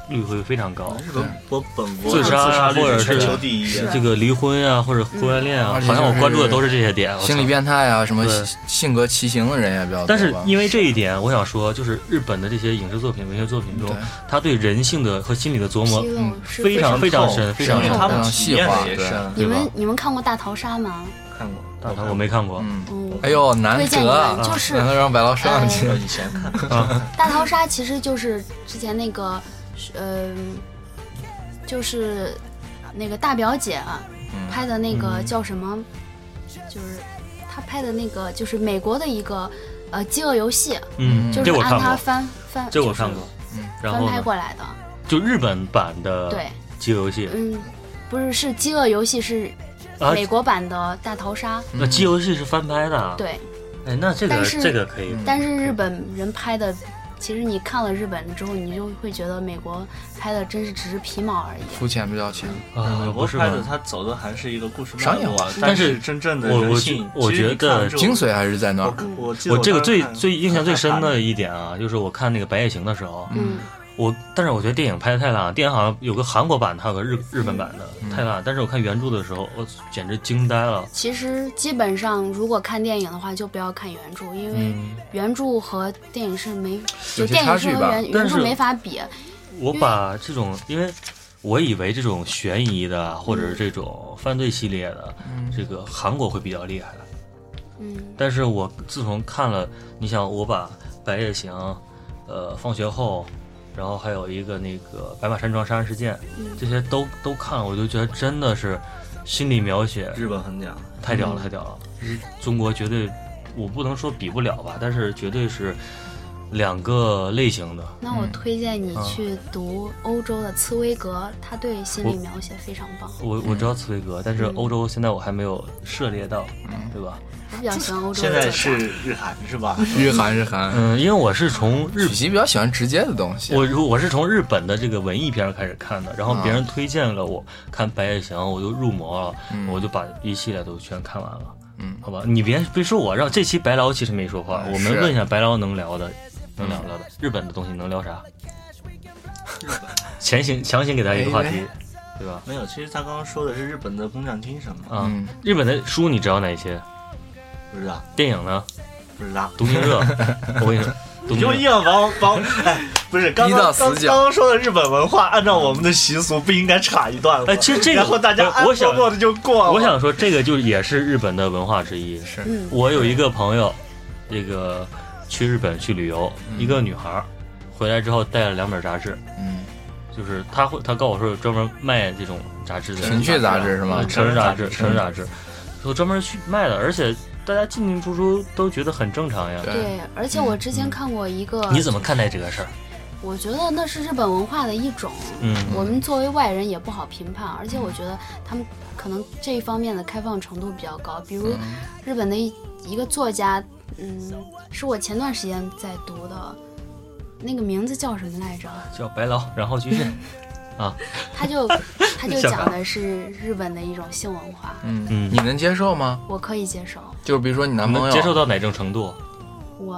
S3: 率会非常
S1: 嗯
S3: 高。
S2: 日本我本国
S3: 自杀啊
S2: 率
S3: 或者
S2: 全
S3: 是
S2: 球第一，啊
S4: 是啊
S3: 这个离婚呀、或者婚外恋啊，
S1: 而且
S3: 好像我关注
S1: 就
S3: 的
S1: 是
S3: 都是这些点。我
S1: 心理
S3: 操
S1: 变态啊，什么
S3: 对
S1: 性性格畸形的人也比较多吧。
S3: 但是因为这一点，我想说，就是日本的这些影视作品、文学作品中
S1: 对，
S3: 他对人性的和心理的琢磨
S4: 纰漏是
S3: 嗯非
S2: 深
S3: 常非常
S2: 透
S3: 深，非常
S2: 因
S3: 深
S2: 为。他
S1: 非
S2: 们
S1: 常
S2: 体
S1: 细
S2: 验
S1: 化
S2: 的也
S1: 对
S2: 深，
S3: 对
S4: 你们
S3: 吧
S4: 你们看过大逃杀吗？
S2: 看过，
S3: 大唐我没看过，
S1: 嗯，
S4: 嗯，
S1: 哎呦，难
S4: 推荐你
S1: 得啊
S4: 们，就是呃
S1: 难得让白老师
S4: 哎
S1: 上去
S2: 我。以前看过，
S4: 大逃杀其实就是之前那个，嗯、就是那个大表姐啊
S1: 嗯
S4: 拍的那
S3: 嗯
S4: 个叫什么，就是她拍的那个就是美国的一个呃《饥饿游戏》，
S3: 嗯，
S4: 就
S3: 这
S4: 是
S3: 我
S4: 按
S3: 看
S4: 她
S3: 过，
S4: 翻翻，
S3: 这我看过，
S1: 嗯
S3: 然
S4: 翻
S3: 后
S4: 拍
S3: 呢呃
S4: 过来的。
S3: 就日本版的
S4: 对，
S3: 饥饿游戏
S4: 嗯，不是是《饥饿游戏》是
S3: 啊，
S4: 美国版的大逃杀，
S3: 那饥饿游戏是翻拍的啊，
S4: 对，
S3: 哎，那这个
S4: 但是
S3: 这个可以，
S4: 但是日本人拍的。其实你看了日本的之后，你就会觉得美国拍的真是只是皮毛而已。
S1: 肤浅比较浅，
S3: 啊，
S2: 美
S3: 不
S2: 国
S3: 是
S2: 拍的
S3: 吧？
S2: 他走的还是一个故事脉
S1: 商业
S2: 络
S1: 化
S2: 啊，
S3: 但
S2: 但
S3: 是
S2: 是真正的
S3: 我我
S2: 人
S3: 觉
S2: 性，
S3: 我
S2: 其实
S3: 觉
S2: 你看
S3: 得
S2: 这种
S1: 精髓还是在那
S3: 哦
S1: 儿。
S2: 我我记得
S3: 我这个
S2: 当时
S3: 最
S2: 看
S3: 最印象最深
S2: 很害
S3: 的一点啊，就是我看那个《白夜行》的时候，
S4: 嗯，
S3: 我但是我觉得电影拍的太烂了，电影好像有个韩国版的，还有个日日本版的，
S4: 嗯
S3: 太烂了。但是我看原著的时候，我简直惊呆了。
S4: 其实基本上，如果看电影的话，就不要看原著，因为
S3: 嗯，
S4: 原著和电影是没，就
S1: 有些
S4: 电
S1: 差
S4: 影是
S1: 距
S4: 和
S1: 吧
S4: 原
S3: 但
S4: 原
S3: 是
S4: 著没法比。
S3: 我把这种，因为我以为这种悬疑的啊或者是这种犯罪系列的，这个韩国会比较厉害。
S4: 嗯，
S3: 但是我自从看了，你想我把《白夜行》，呃，放学后，然后还有一个那个《白马山庄杀人事件》，这些都都看了，我就觉得真的是心理描写
S2: 日本很屌，
S3: 太屌了，太屌了！中国绝对，我不能说比不了吧，但是绝对是两个类型的。
S4: 那我推荐你去读欧洲的茨威格，他对心理描写非常棒。
S3: 我我知道茨威格，但是欧洲现在我还没有涉猎到，对吧？
S4: 我比较喜欢欧洲
S2: 现
S4: 的
S2: 在
S4: 作家。
S2: 是日韩是吧？
S1: 日韩日韩，
S3: 嗯，因为我是从日
S1: 许。琦比较喜欢直接的东西。
S3: 我如我是从日本的这个文艺片儿开始看的，然后
S1: 啊
S3: 别人推荐了我看《白夜行》，我就入魔了，我就把一系列都全看完了。
S1: 嗯
S3: 好吧，你别别说我，让这期白聊其实没说话，
S1: 嗯
S3: 我
S1: 是
S3: 们问一下白聊能聊的，能聊聊的日本的东西能聊啥？强行强行给他一个话题，对吧？
S2: 没有，其实他刚刚说的是日本的工匠精神嘛，
S3: 啊，
S1: 嗯
S3: 日本的书你知道哪些？
S2: 不知道
S3: 电影呢？
S2: 不知道，
S3: 《独行热》，我跟你说，《
S2: 你
S3: 独行
S2: 就
S3: 热
S2: 硬》要把我把我，哎，不是刚
S1: 逼
S2: 刚
S1: 到
S2: 刚
S1: 死
S2: 刚
S1: 角
S2: 刚说的日本文化，按照我们的习俗不应该插一段吗？
S3: 哎其实这个
S2: 然后大家
S3: 我
S2: 安
S3: 我想
S2: 默默的就过了。
S3: 我想说，这个就也是日本的文化之一。
S1: 是
S4: 嗯，
S3: 我有一个朋友，这个去日本去旅游，一个女孩儿回来之后带了两本杂志，
S1: 嗯，
S3: 就是她会她告我说有专门卖这种杂志的
S1: 情趣杂志是吗
S3: 呃？成人杂志，成人杂志，有专门去卖的，而且大家进进出出都觉得很正常呀。
S1: 对，
S4: 对，而且我之前看过一个，
S3: 你怎么看待这个事儿？
S4: 我觉得那是日本文化的一种。
S3: 嗯，
S4: 我们作为外人也不好评判，而且我觉得他们可能这一方面的开放程度比较高。比如日本的一一个作家，嗯，是我前段时间在读的，那个名字叫什么来着？
S3: 叫白劳，然后继续。
S4: 他就他就
S3: 你想啊
S4: 讲的是日本的一种性文化，
S3: 嗯
S1: 你能接受吗？
S4: 我可以接受，
S1: 就是比如说你 男朋
S3: 能
S1: 友，
S3: 接受到哪种程度
S4: 我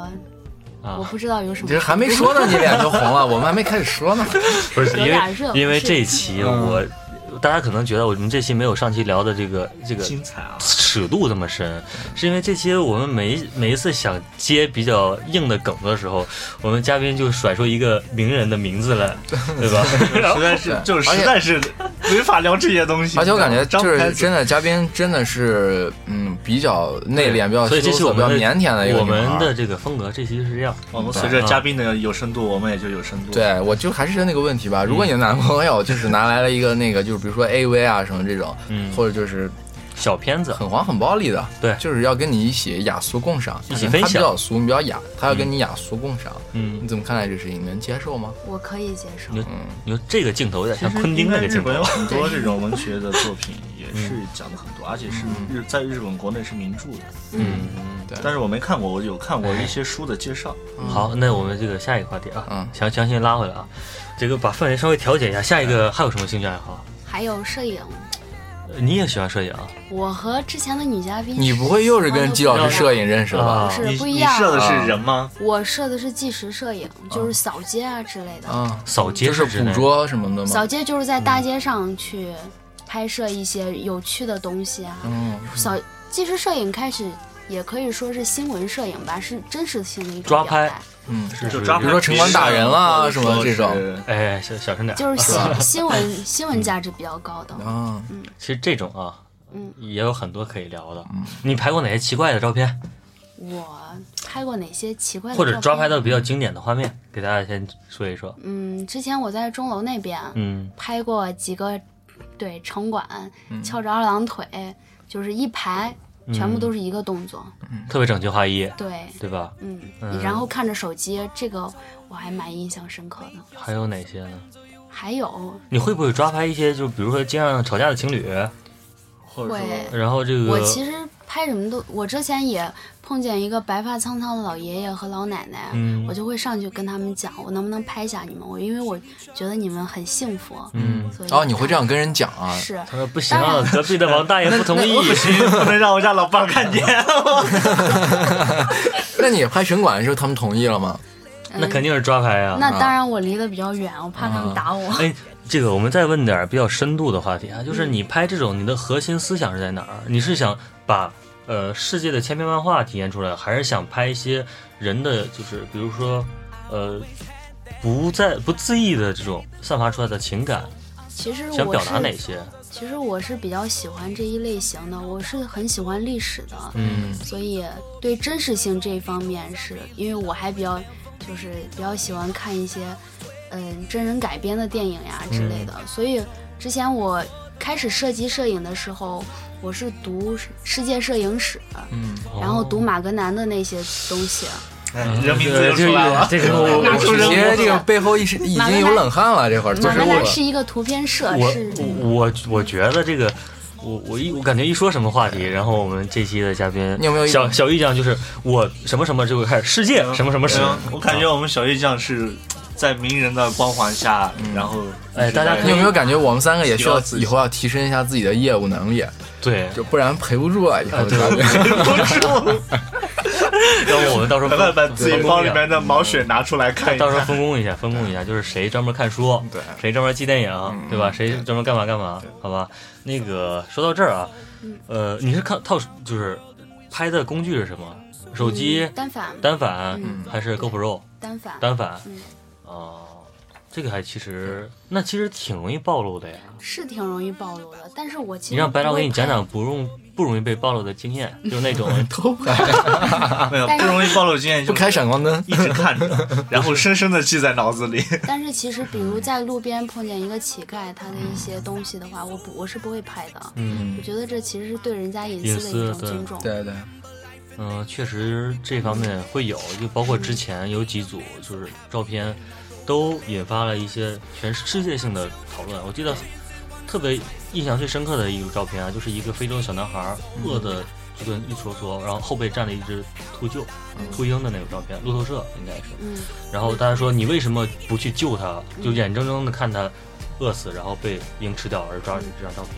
S3: 啊
S4: 我？不知道有什
S1: 你
S4: 么
S1: 这还没说呢，你脸就红了， 我们还没开始说 呢。
S3: 不是
S4: 有
S3: 因
S4: 点
S3: 为
S4: 热
S3: 因为
S4: 是
S3: 嗯这一期我，大家可能觉得我们这期没有上期聊的这个这个
S2: 精彩啊！
S3: 尺度这么深，是因为这期我们每一每一次想接比较硬的梗的时候，我们嘉宾就甩出一个名人的名 字来，对啊吧？然后
S2: 实在是
S1: 对
S2: 就是
S1: 而且
S2: 实在是没法聊这些东西。
S1: 而且我感觉就
S2: 张开
S1: 是
S2: 嘴
S1: 真的，嘉宾真的是嗯比较内敛、比较
S3: 所以这
S1: 羞
S3: 期
S1: 涩、
S3: 我
S1: 比较
S3: 们的
S1: 腼腆的一个
S3: 我
S1: 女孩
S3: 们
S1: 儿
S3: 的这个风格，这期是这样。
S2: 我们随着嘉宾的有深度，我们也就有深度。，
S1: 对，啊我就还是那个问题吧。如果你的男朋友就是拿来了一个那 个，就是比如说 A V 啊什么这种，
S3: 嗯
S1: 或者就是
S3: 小片子，
S1: 很黄很暴力的，
S3: 对
S1: 就是要跟你一起雅俗共赏，
S3: 一起分享
S1: 他比较俗，你比较雅，他要跟你雅俗共赏，
S3: 嗯
S1: 你，怎么看待这事情？你能接受吗？
S4: 我可以接受
S3: 你。
S1: 嗯
S3: 你说这个镜头有点像昆
S2: 应
S3: 汀那
S2: 该
S3: 个
S2: 日
S3: 镜头
S2: 本，有很多这种文学的作 品，
S3: 嗯
S2: 也是讲的很多，而且是日在日本国内是名著的。
S3: 嗯。
S1: 对，
S2: 但是我没看过，我有看过一些书的介绍。
S3: 好，那我们这个下一个话题啊，
S1: 嗯
S3: 强强行拉回来啊，这个把范围稍微调节一下。下一个还有什么兴趣爱好？
S4: 还有摄影，
S3: 呃你也喜欢摄影啊？
S4: 我和之前的女嘉宾，
S1: 你不会又是跟季老师摄
S4: 影？
S1: 影认识的吧？
S3: 嗯啊
S4: 是
S2: 你
S4: 不一
S2: 你
S4: 样
S2: 设的是人吗？
S4: 我摄的是纪实摄影，就是扫街啊之类的。
S1: 啊，
S3: 扫街
S1: 就是
S3: 之类
S1: 捕捉什么的
S4: 扫
S1: 吗？
S4: 街就是在大街上去拍摄一些有趣的东西啊。
S1: 嗯，
S4: 扫纪实摄影开始也可以说是新闻摄影吧，是真实性的一种
S3: 抓
S4: 表
S3: 拍
S4: 达
S1: 嗯，
S3: 是
S2: 就是抓
S1: 比如说城管打人啦
S2: 或者
S1: 什么
S2: 说
S1: 这种
S2: 是
S3: 哎，小小声点。
S4: 就是 新 新闻新闻价值比较高的。
S1: 啊，
S3: 其实这种啊，
S4: 嗯
S3: 也有很多可以聊的。你拍过哪些奇怪的照片，
S1: 嗯
S4: 我拍过哪些奇怪的
S3: 或者
S4: 照
S3: 抓
S4: 片
S3: 拍到比较经典的画面，给大家先说一说。
S4: 嗯，之前我在钟楼那边，
S3: 嗯，
S4: 拍过几个，对城管翘着二郎腿，就是一排，全部都是一个动作。
S3: 嗯特别整齐划一，
S4: 对，
S3: 对吧？
S4: 嗯，
S3: 嗯
S4: 然后看着手机，这个我还蛮印象深刻的。
S3: 还有哪些呢？
S4: 还有，
S3: 你会不会抓拍一些，就比如说街上吵架的情侣，
S2: 或者说
S4: 会
S3: 然后这个
S4: 我其实拍什么都，我之前也碰见一个白发苍苍的老爷爷和老奶奶，
S3: 嗯
S4: 我就会上去跟他们讲，我能不能拍下你们？我因为我觉得你们很幸福，
S3: 嗯，
S4: 所以
S1: 哦，你会这样跟人讲啊？
S4: 是。
S3: 他说不行
S4: 当，
S3: 隔壁的王大爷不同 意。
S2: 不能让我家老伴儿看见。
S1: 那你拍城管的时候，他们同意了吗？
S3: 那肯定是抓拍啊。
S4: 那当然，我离得比较远，我怕他们打我。
S3: 哎，这个我们再问点儿比较深度的话题啊，就是你拍这种，你的核心思想是在哪儿？你是想把呃世界的千变万化体现出来，还是想拍一些人的，就是比如说呃不在不自意的这种散发出来的情感？
S4: 其实
S3: 想
S4: 我
S3: 表达哪
S4: 是，
S3: 些？嗯
S4: 其实我是比较喜欢这一类型的，我是很喜欢历史的，
S3: 嗯
S4: 所以对真实性这一方面是，因为我还比较就是比较喜欢看一些嗯真人改编的电影
S3: 嗯
S4: 呀之类的，所以之前我开始涉及摄影的时候，我是读世界摄影史，
S1: 嗯，
S3: 哦
S4: 然后读马格南的那些东西。
S2: 人名字又出来了，
S3: 这个我
S2: 拿出人
S1: 哦其
S2: 名
S1: 实这个背后一是已经有冷汗了，这会儿坐
S4: 马
S1: 失
S4: 格
S1: 误
S4: 南
S1: 了。
S4: 是一个图片社，
S3: 我
S4: 是
S3: 我我觉得这个，我我一我感觉一说什么话题，然后我们这期的嘉宾，
S1: 你有没有一
S3: 小小玉酱就是我什么什么就会开始世界什么什么什么
S2: 嗯，我感觉我们小玉酱是在名人的光环下，然后
S3: 哎大家可
S1: 你有没有感觉我们三个也需要
S2: 提高自己
S1: 以后要提升一下自己的业务能力，
S3: 对，
S1: 就不然赔不住啊！以后
S3: 对
S1: 咱们
S3: 要不我们到时候
S2: 赶快把自己
S3: 分
S2: 包
S3: 工一
S2: 里
S3: 下
S2: 面的毛血拿出来看一
S3: 到时候
S2: 看。
S3: 分工一下，分工一下，就是谁专门看书，
S1: 对
S3: 谁专门记电
S4: 嗯
S3: 影，对吧？谁专门干嘛干嘛，好吧？那个说到这儿啊，
S4: 嗯
S3: 呃，你是看套就是拍的工具是什么？手机
S4: 嗯、单反、
S3: 单反
S4: 嗯
S3: 还是 GoPro
S4: 单反、
S3: 单反？
S4: 嗯
S3: 哦，这个还其实那其实挺容易暴露的呀。
S4: 是挺容易暴露的，但是我其实
S3: 你让白
S4: 不
S3: 老
S4: 会
S3: 给你讲
S4: 拍
S3: 讲不容不容易被暴露的经验，就是那 种
S1: 偷拍，
S2: 没有不容易暴露经验，
S1: 不
S2: 就
S1: 开闪光灯。
S2: 一直看着，然后深深的记在脑子里。
S4: 但是其实，比如在路边碰见一个乞丐，他的一些东西的话，我不我是不会拍的。
S3: 嗯
S4: 我觉得这其实是对人家隐
S3: 隐
S4: 私
S3: 私
S4: 的一种
S3: 对
S4: 尊重。
S1: 对对，
S3: 嗯、确实这方面会有，就包括
S4: 嗯
S3: 之前有几组就是照片，都引发了一些全世界性的讨论。我记得特别印象最深刻的一组照片啊，就是一个非洲小男孩儿
S4: 嗯
S3: 饿的就跟一坨坨，然后后背站了一只秃鹫、秃鹰的那个照片，路透社应该是。
S4: 嗯，
S3: 然后大家说你为什么不去救他？就眼睁睁的看他饿死，然后被鹰吃掉而抓
S4: 嗯
S3: 住这张照片。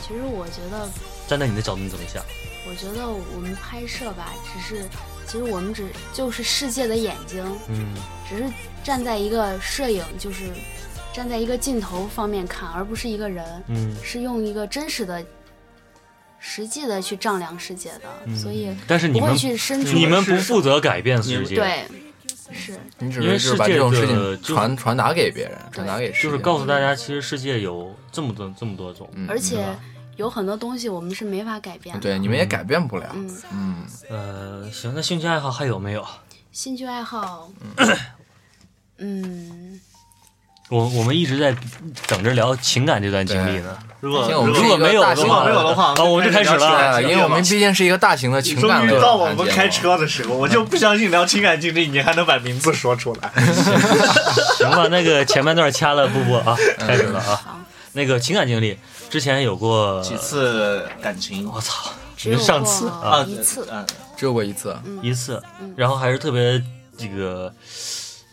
S4: 其实我觉得，
S3: 站在你的角度你怎么想？
S4: 我觉得我们拍摄吧，只是其实我们只就是世界的眼睛，
S3: 嗯
S4: 只是站在一个摄影，就是站在一个镜头方面看，而不是一个人，
S3: 嗯
S4: 是用一个真实的实际的去丈量世界的，所以
S3: 嗯但是你
S4: 不
S3: 们
S4: 会去身处
S3: 你们不负责改变世界，，
S4: 对，是
S1: 你只
S3: 因为
S1: 是就是
S3: 世
S1: 把
S3: 界
S1: 这种
S3: 的
S1: 事
S3: 就是
S1: 情传传达给别人，传达给世
S3: 就是
S1: 界
S3: 告诉大家，其实世界有这么多这么多种，
S4: 而且有很多东西我们是没法改变的。
S1: 对，你们也改变不了。
S4: 嗯，
S1: 嗯，
S3: 呃，行，那兴趣爱好还有没有？
S4: 兴趣爱好，嗯，
S3: 我我们一直在等着聊情感这段经历呢。
S2: 如果
S1: 行我们
S2: 如
S3: 如
S1: 这
S2: 果
S3: 果
S1: 个
S3: 没有
S1: 大
S2: 如
S1: 型
S2: 果
S1: 的
S2: 没有的话，
S3: 啊，我们就开始
S2: 聊情
S3: 了。
S2: 感
S1: 哎对，因为我们毕竟是一个大型的情
S2: 终
S1: 感类
S2: 于
S1: 的
S2: 到我们
S1: 环节
S2: 开
S1: 了
S2: 车的时候，我就不相信聊情感经历，你还能把名字说出来。
S3: 行吧，那个前半段掐了不播啊，开始了啊。那个情感经历，之前有过
S2: 几，次感情
S3: 我操，
S4: 只有
S3: 上次
S4: 过
S3: 啊
S4: 哦一次，
S2: 嗯，
S1: 只有过一次，
S3: 一次，然后还是特别这个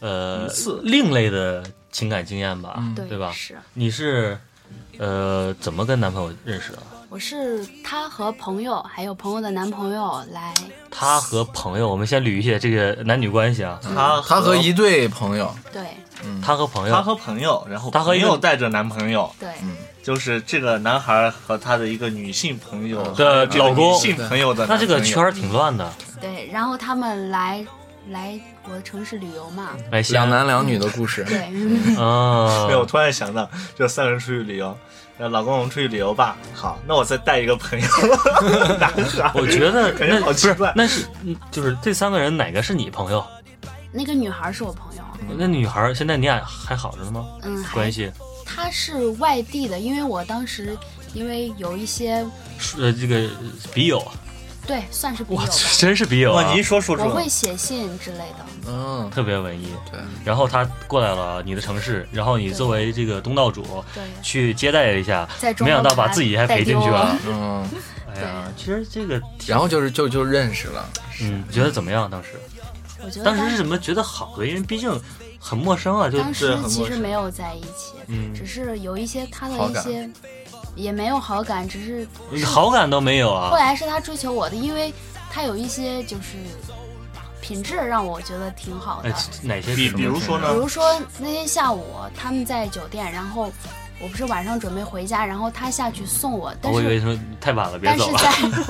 S3: 呃
S2: 一次
S3: 另类的情感经验吧，
S1: 嗯
S3: 吧？
S4: 是，
S3: 你是呃怎么跟男朋友认识的？
S4: 我是他和朋友还有朋友的男朋友来，
S3: 他和朋友，我们先捋一下这个男女关系啊。
S2: 呃他
S1: 他和一对朋友，
S4: 对
S3: 他和朋
S2: 他
S3: 友，
S2: 和朋友，然后
S3: 他和
S2: 朋
S3: 一个
S2: 友带着男朋友，
S4: 对，
S2: 就是这个男孩和他的一个女性朋友
S3: 的
S2: 这个
S3: 老公
S2: 女性朋友的
S3: 那
S2: 男
S3: 这
S2: 朋友，
S3: 个圈儿挺乱的。
S4: 对，然后他们来来我的城市旅游嘛，
S3: 哎，
S1: 两男两女的故事。
S4: 对，
S3: 啊，
S2: 没有，我突然想到，就三个人出去旅游，那老公我们出去旅游吧，好，那我再带一个朋友，男孩，
S3: 我觉得
S2: 感觉
S3: 那
S2: 好
S3: 不
S2: 奇
S3: 是
S2: 怪，
S3: 那是嗯就是这三个人哪个是你朋友？
S4: 那个女孩是我朋友，
S3: 那女孩儿现在你俩还好着呢吗？
S4: 嗯，还
S3: 关系
S4: 她是外地的，因为我当时因为有一些
S3: 是呃这个笔友，啊
S4: 对算是笔友
S3: 哇，
S4: 吧，
S3: 真是笔友啊
S2: 哇，你一，说说出
S4: 我
S2: 来
S4: 会，写信之类的，
S1: 嗯，
S3: 特别文艺。
S1: 对，
S3: 然后他过来了你的城市，然后你作为这个东道主
S4: 对，
S3: 去接待一下
S4: 在，中
S3: 没想
S4: 国
S3: 到把
S4: 把
S3: 自己还
S4: 带
S3: 赔进
S4: 丢
S3: 去了
S4: 了。
S1: 嗯，
S3: 哎呀，其实这个，
S1: 然后就是就就认识了，
S3: 嗯，觉得怎么样？当时
S4: 我觉得
S3: 当时是怎么觉得好的？因为毕竟很陌生啊，就
S4: 当时
S2: 很陌
S4: 其实
S2: 生
S4: 没有在一起，
S3: 嗯
S4: 只是有一些他的
S1: 好
S4: 一
S1: 感
S4: 些也没有好感，只是
S3: 好感都没有
S4: 后
S3: 啊。
S4: 来是他追求我的，因为他有一些就是品质让我觉得挺好的，
S3: 哎，哪些
S2: 比
S3: 什么
S2: 比如说
S4: 比
S2: 呢，
S4: 如说那天下午他们在酒店，然后我不是晚上准备回家，然后他下去送我，但
S3: 我以为
S4: 是
S3: 说太晚了，别
S4: 但是
S3: 走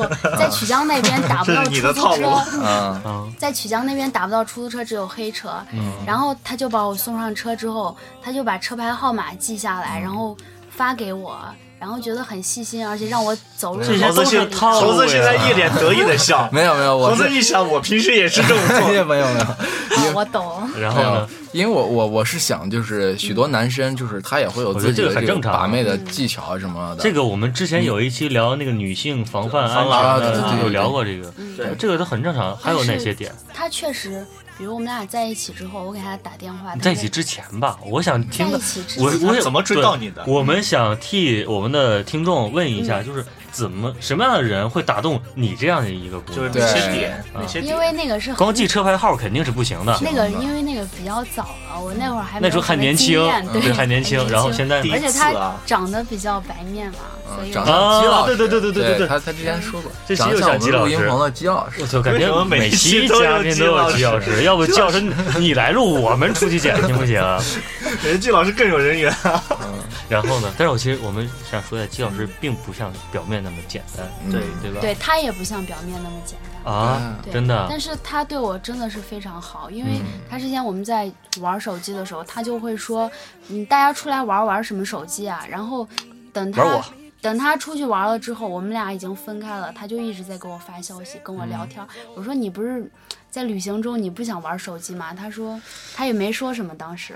S3: 啊了。
S4: 在我在曲江那边打不
S2: 这
S4: 到
S2: 是你的
S4: 出租
S2: 套路
S4: 车，
S1: 嗯，
S3: 嗯
S4: 在曲江那边打不到出租车，只有黑车，
S3: 嗯，
S4: 然后他就把我送上车之后，他就把车牌号码记下
S3: 嗯
S4: 来，然后发给我。然后觉得很细心，而且让我走路
S3: 这些
S4: 都
S2: 猴
S3: 都
S2: 子
S4: 很
S3: 是
S2: 现
S4: 礼
S3: 套
S4: 貌
S2: 猴
S3: 路
S2: 子现在
S3: 呀
S2: 一脸得意 的笑，
S1: 没有没有，
S2: 猴
S1: 我，
S2: 子一想，我平时也是这么做
S1: 也没有没有，
S4: 啊我懂，
S3: 然后
S1: 没有
S3: 呢？，
S1: 因为我我我是想，就是许多男生就是他也会有自己
S3: 我觉得这个
S1: 的
S3: 很
S1: 这个
S3: 正常
S1: 把妹的技巧啊什么的，
S3: 这个我们之前有一期聊那个女性防范
S2: 防狼
S3: 安全
S1: 对对
S3: 的，
S1: 对
S3: 有聊过这个，
S4: 嗯
S2: 对
S3: 这个都很正常。还有哪些点？
S4: 他确实，比如我们俩在一起之后，我给他打电话，他
S3: 在一
S4: 就
S3: 起之前吧，我想听
S4: 在
S3: 的
S4: 一起之，
S3: 我
S4: 前
S3: 我也
S2: 怎么追到你的
S3: 对我们想替我们的听众问一
S4: 嗯
S3: 下，就是怎么什么样的人会打动你这样的一个姑
S2: 就是
S3: 娘？
S2: 哪些
S1: 对
S2: 点，哪些
S4: 因
S2: 点，
S4: 为那个是很
S3: 光记车牌号肯定是不行的，
S4: 那个，因为那个比较早了，我那会儿还没
S3: 那时候
S4: 有
S3: 还
S4: 什么
S3: 年轻
S4: 经验，对，
S3: 还年轻。然后现在哎
S2: 第一
S4: 而且
S2: 次
S4: 他
S2: 啊
S4: 长得比较白面嘛，所以
S1: 嗯，
S4: 我
S1: 长
S3: 啊
S1: 相基老
S3: 对
S1: 师，
S3: 对对对对对对
S1: 他他之前说过，
S3: 这期
S1: 长
S3: 又
S1: 相我
S3: 讲基
S1: 们
S3: 老
S1: 录音
S3: 师
S1: 棚的基老师
S3: 我，操，感
S2: 为什
S3: 觉
S2: 么每
S3: 每期
S2: 期都有
S3: 嘉宾
S2: 季
S3: 都有
S2: 老
S3: 季老
S2: 师
S3: 师，要不季老师你来录，我们出去剪行不行？啊
S2: 人季老师更有人缘，
S3: 然后呢？但是我其实我们想说一下，季老师并不像表面那么简单，
S1: 嗯
S2: 对
S3: 对吧？
S4: 嗯对他也不像表面那么简单。
S3: 啊，
S4: 对
S3: 真的嗯
S4: 但是他对我真的是非常好，因为他之前我们在玩手机的时候，他就会说：“你大家出来玩玩什么手机啊？”然后等他
S3: 玩我
S4: 等他出去玩了之后，我们俩已经分开了，他就一直在给我发消息，跟我聊天。
S3: 嗯
S4: 我说：“你不是在旅行中你不想玩手机吗？”他说：“他也没说什么，当时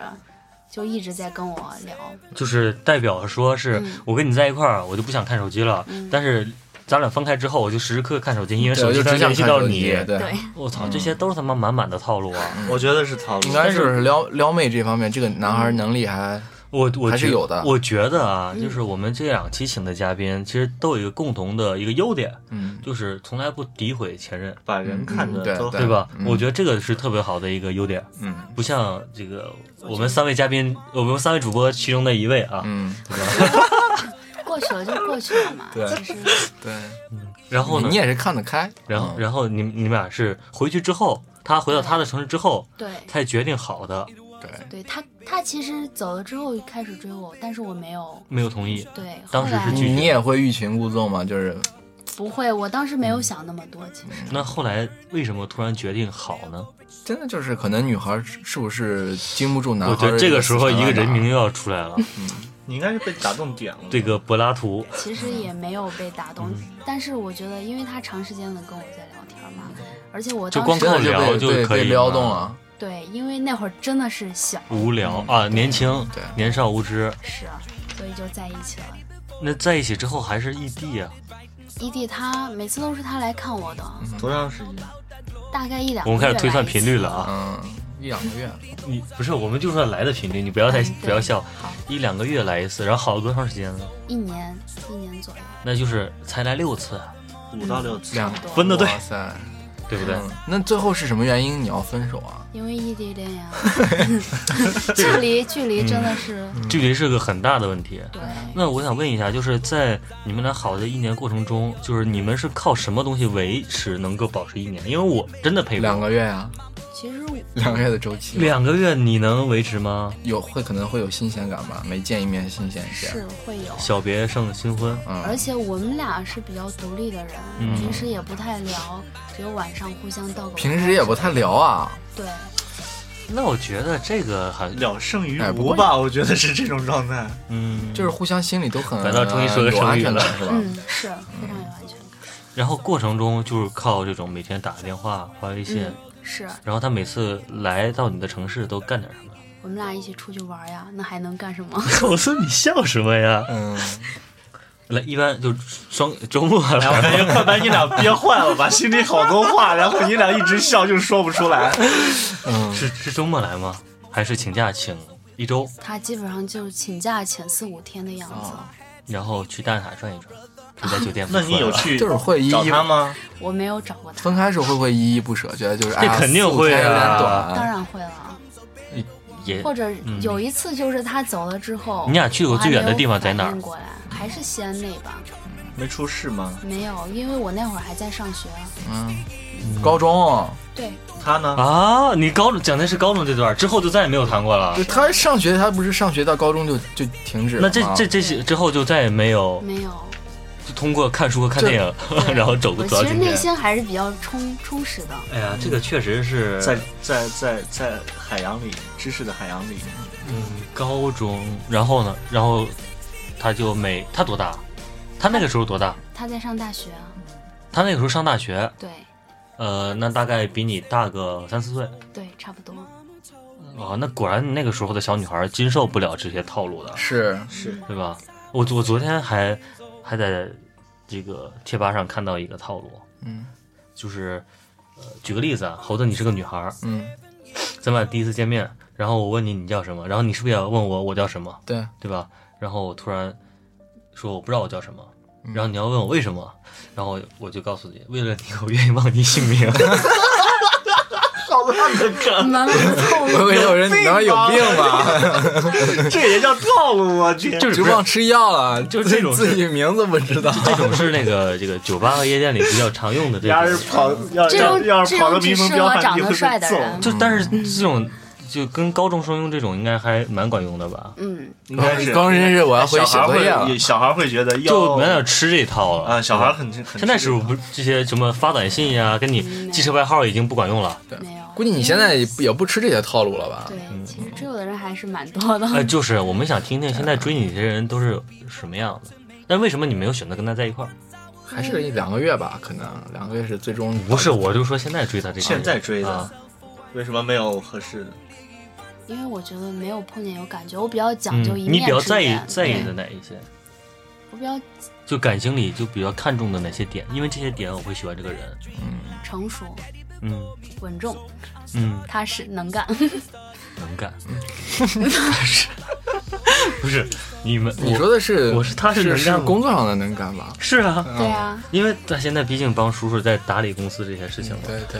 S4: 就一直在跟我聊。
S3: 就是代表说是
S4: 嗯
S3: 我跟你在一块儿，我就不想看手机了。但是咱俩分开之后，我就时时刻刻看手机，因为
S1: 对，
S3: 手
S1: 我就
S3: 机能
S1: 只想
S3: 联系
S1: 看
S3: 到
S1: 手机
S3: 你。
S1: 对，”
S3: 我操，这些都是他妈满满的套路啊！
S2: 我觉得是套路
S1: 应，该是撩撩妹这方面，这个男孩能力还
S3: 我我
S1: 还是
S3: 觉
S1: 有的
S3: 我觉得啊，就是我们这两期请的嘉宾，其实都有一个共同的一个优点，
S1: 嗯，
S3: 就是从来不诋毁前任，
S2: 把人看
S1: 嗯
S2: 着
S1: 对
S2: 都很
S1: 对
S3: 对吧？
S1: 嗯
S3: 我觉得这个是特别好的一个优点。
S1: 嗯，
S3: 不像这个我们三位嘉宾，我们三位主播其中的一位啊，
S1: 嗯，
S4: 过去了就过去了嘛，
S1: 对
S4: 其实
S1: 对，
S3: 然后呢
S1: 你，也是看得开，
S3: 然后
S1: 嗯
S3: 然后你你们俩是回去之后，他回到他的城市之后，
S4: 对。
S3: 才决定好的，
S1: 对，
S4: 对他，他其实走了之后开始追我，但是我没有。
S3: 没有同意。
S4: 对，
S3: 当
S4: 后
S3: 时是
S4: 来
S3: 拒绝
S1: 你你也会欲擒故纵吗？就是
S4: 不会，我当时没
S3: 嗯
S4: 有想那么多，其实
S3: 那后来为什么突然决定好呢？
S1: 真的就是可能女孩是不是经不住男孩
S3: 我
S1: 的思想
S3: 觉
S1: 啊？
S3: 得这个时候一个人名又要出 来了，
S2: 你应该是被打动点了。
S3: 这个柏拉图，
S4: 其实也没有被打动。
S3: 嗯
S4: 但是我觉得，因为他长时间的跟我在聊天嘛，而且我
S3: 就光
S4: 当时
S1: 真的就
S3: 聊
S1: 被
S3: 就
S1: 被
S3: 可以
S1: 被
S3: 啊吗
S1: 撩动了。
S4: 对，因为那会儿真的是小，
S3: 无聊啊，年轻，
S1: 对
S3: 年少无知。
S4: 是啊，所以就在一起了。
S3: 那在一起之后还是异地啊？
S4: 异地他每次都是他来看我的，
S2: 多长时间？
S4: 大概一两
S3: 嗯我
S4: 个月
S3: 们开始推算
S4: 来一次
S3: 频率了。啊！
S1: 嗯，一两个月，
S3: 你不是，我们就算来的频率，你不要太
S4: 嗯对
S3: 不要笑
S4: 好，
S3: 一两个月来一次，然后好了多长时间呢？
S4: 一年一年左右，
S3: 那就是才来六次，
S2: 五到六次。
S1: 两
S4: 差不多
S3: 分的对，
S1: 哇塞，
S3: 对不对？
S1: 嗯那最后是什么原因你要分手啊？
S4: 因为 E 异地恋 呀， 距离距离真
S3: 嗯
S4: 的是、
S3: 距离是个很大的问题。
S4: 对。
S3: 那我想问一下，就是在你们俩好的一年过程中，就是你们是靠什么东西维持能够保持一年？因为我真的佩服
S1: 两个月啊，
S4: 其实我
S1: 两个月的周期吧，
S3: 两个月，你能维持吗？
S1: 有会可能会有新鲜感吧？没见一面新鲜一些。
S4: 是会有，
S3: 小别胜新婚，
S4: 而
S1: 嗯，
S4: 且我们俩是比较独立的人，
S3: 嗯
S4: 平时也不太聊，只有晚上互相道个。
S1: 平时也不太聊啊，
S4: 对，
S3: 那我觉得这个还
S2: 了胜于
S1: 哎不
S2: 无
S1: 过
S2: 吧，我觉得是这种状 态。啊
S3: 嗯，
S1: 就是互相心里都很
S3: 反倒终于说个
S1: 有
S3: 成
S1: 安
S3: 语
S1: 全
S3: 了
S1: 感是吧？
S4: 嗯，是非常有安全感。
S3: 然后过程中就是靠这种每天打个电话、发微信，
S4: 嗯，是
S3: 然后他每次来到你的城市都干点什么？
S4: 我们俩一起出去玩呀，那还能干什么？
S3: 我说你笑什么呀？
S1: 嗯，
S3: 来，一般就双周末
S2: 哎，我
S3: 来，
S2: 感觉快把你俩憋坏了吧，心里好多 话，然后你俩一直笑就说不出来。
S3: 是是周末来吗？还是请假请一周，
S4: 他基本上就是请假请四五天的样子。
S3: 哦然后去大塔转一转，住在酒店不
S2: 那
S3: 出来了？
S2: 你有 去
S1: 就是会依
S2: 找
S1: 依
S2: 他吗？
S4: 我没有找过他，
S1: 分开时候会不会依依不舍？觉得就是哎呀，
S3: 肯定
S1: 四五
S3: 会
S1: 天有点
S3: 啊
S4: 当
S1: 短。
S4: 然会了。
S3: 也
S4: 或者有一次就是他走了之后，
S3: 你俩去过最远的地方在哪儿
S4: 我还没有反应过来，还是西安那吧？
S2: 没出事吗？
S4: 没有，因为我那会儿还在上学。
S1: 嗯，高中
S4: 对，
S2: 他呢？
S3: 啊？你高中讲的是高中这段，之后就再也没有谈过了
S1: 就。他上学，他不是上学到高中就就停止了
S3: 那
S1: 吗。
S3: 这这这些之后就再也没有
S4: 没有。
S3: 就通过看书和看电影，
S4: 对
S3: 然后走
S4: 我
S3: 个
S4: 其
S3: 走到
S4: 实
S3: 今
S4: 内
S3: 天。
S4: 心还是比较充充实的。
S3: 哎呀，这个确实是
S2: 在在在在海洋里，知识的海洋里，
S3: 嗯高中，然后呢，然后他就没他多大？他那个时候多大？
S4: 他在上大学啊，
S3: 他那个时候上大学，
S4: 对
S3: 呃，那大概比你大个三四岁。
S4: 对，差 不多。
S3: 啊，那果然你那个时候的小女孩经受不了这些套路的，
S1: 是
S2: 是
S3: 对吧？我我昨天还还在这个贴吧上看到一个套路，
S1: 嗯
S3: 就是呃，举个例子啊，猴子，你是个女孩儿，
S1: 嗯，
S3: 咱们俩第一次见面，然后我问你你叫什么，然后你是不是也问我我叫什么，
S1: 对，
S3: 对吧？然后我突然说我不知道我叫什么，
S2: 嗯
S3: 然后你要问我为什么，然后我就告诉你，为了你，我愿意忘记姓 名。
S4: 满满的套
S1: 我
S4: 路。
S1: 以为有人你那有病 吧？
S2: 这也叫套路吗？这
S3: 就是
S1: 就忘吃药了，
S3: 就这种
S1: 自己名字不 知道。
S3: 这种是那个这个酒吧和夜店里比较常用的这
S2: 要
S3: 种
S2: 是，跑要
S4: 这种
S2: 要要是
S4: 这
S2: 跑
S4: 种
S2: 个
S4: 只
S2: 民风
S4: 适
S2: 彪
S4: 合
S2: 悍，
S4: 长
S2: 你
S4: 得
S2: 会被
S4: 帅的
S2: 揍。
S4: 人。
S3: 就但是
S2: 嗯
S3: 这种就跟高中生用这种应该还蛮管用的吧？
S4: 嗯，
S2: 应该是
S1: 刚认识我要回
S2: 小
S1: 写
S2: 孩
S1: 作业啊了
S2: 会，。小孩会觉得
S3: 就有
S2: 要
S3: 点吃这套了
S2: 啊，小孩。很很
S3: 现在是不是这些什么发短信呀、跟你记车牌号已经不管用了？
S4: 没有。
S1: 估计你现在也
S3: 嗯
S1: 不也不吃这些套路了吧？
S4: 对，其实追我的人还是蛮多的。
S3: 哎，就是我们想听听现在追你的人都是什么样的，但为什么你没有选择跟他在一块儿？
S1: 还是一两个月吧，可能两个月是最终。
S3: 不是，我就说现在追他这个人。
S2: 现在追的
S3: 啊，
S2: 为什么没有合适的？
S4: 因为我觉得没有碰见有感觉，我比较讲
S3: 嗯
S4: 究一，
S3: 你
S4: 面
S3: 比
S4: 之
S3: 较
S4: 缘。
S3: 在意在意
S4: 对
S3: 的哪一些？
S4: 我比较
S3: 就感情里就比较看重的哪些点？因为这些点我会喜欢这个人。
S4: 成熟、
S3: 嗯
S4: 稳重、
S3: 嗯，
S4: 踏实、能干。
S3: 能干。 不是，你们
S1: 你
S3: 我
S1: 说的是
S3: 我是他是
S1: 是
S3: 能干吗
S1: 工作上的能干吧？
S3: 是啊，
S4: 对啊，
S3: 因为他现在毕竟帮叔叔在打理公司这些事情嘛。
S1: 嗯对对，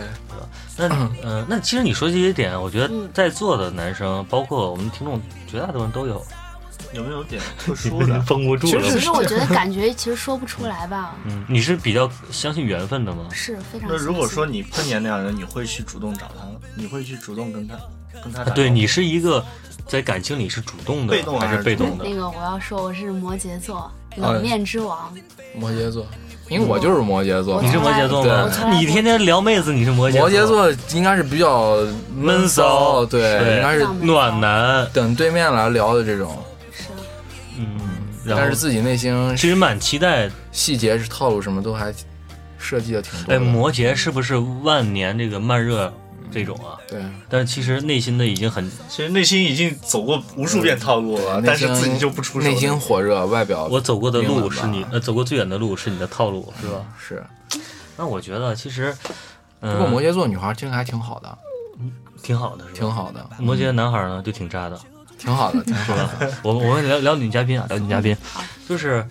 S3: 那嗯，那其实你说这些点，我觉得
S4: 嗯
S3: 在座的男生，包括我们听众，绝大多数都有。
S2: 有没有点特 殊的？
S3: 绷不住
S1: 了
S4: 其实我觉得感觉其实说不出来吧，
S3: 嗯，你是比较相信缘分的吗？
S4: 是非常。
S2: 那如果说，你碰见那样的人，你会去主动找他，你会去主动跟他跟他
S3: 啊
S2: 打、
S3: 对你是一个在感情里是主动的
S2: 被动
S3: 还
S2: 还
S3: 是
S2: 是
S3: 被
S2: 主
S3: 动
S2: 动
S3: 的？
S4: 那个我要说我是摩羯座，冷面之王，
S1: 摩羯座，因为我就是摩羯座
S4: 我
S1: 嘛
S3: 你是摩羯座吗
S4: 我从来？不
S3: 你天天聊妹子，你是摩羯
S1: 摩羯座应该是比较
S3: 闷骚
S1: 对，
S3: 对
S1: 应该是
S3: 暖男，
S1: 等对面来聊的这种，
S4: 是
S3: 嗯，然
S1: 但是
S3: 后
S1: 自己内心
S3: 其实蛮期待。
S1: 细节是套路什么都还设计的挺多
S3: 哎，
S1: 的，
S3: 摩羯是不是万年这个慢热这种啊？
S1: 对，
S3: 但是其实内心的已经很，
S2: 其实内心已经走过无数遍套路了，
S1: 内
S2: 但是
S1: 心
S2: 自己就不出手。
S1: 内心火热，外表
S3: 我走过的
S1: 明
S3: 路
S1: 白
S3: 是你
S1: 吧
S3: 呃走过最远的路是你的套路是吧？
S1: 是。
S3: 那我觉得其实，
S1: 不过摩
S3: 嗯，
S1: 羯座女孩听着还挺好的，
S3: 挺好的是吧？
S1: 挺。好的，
S3: 摩羯男孩呢就挺渣的。
S1: 挺好 的，挺好的。
S3: 我们我们聊聊女嘉宾啊，聊女嘉宾，就是，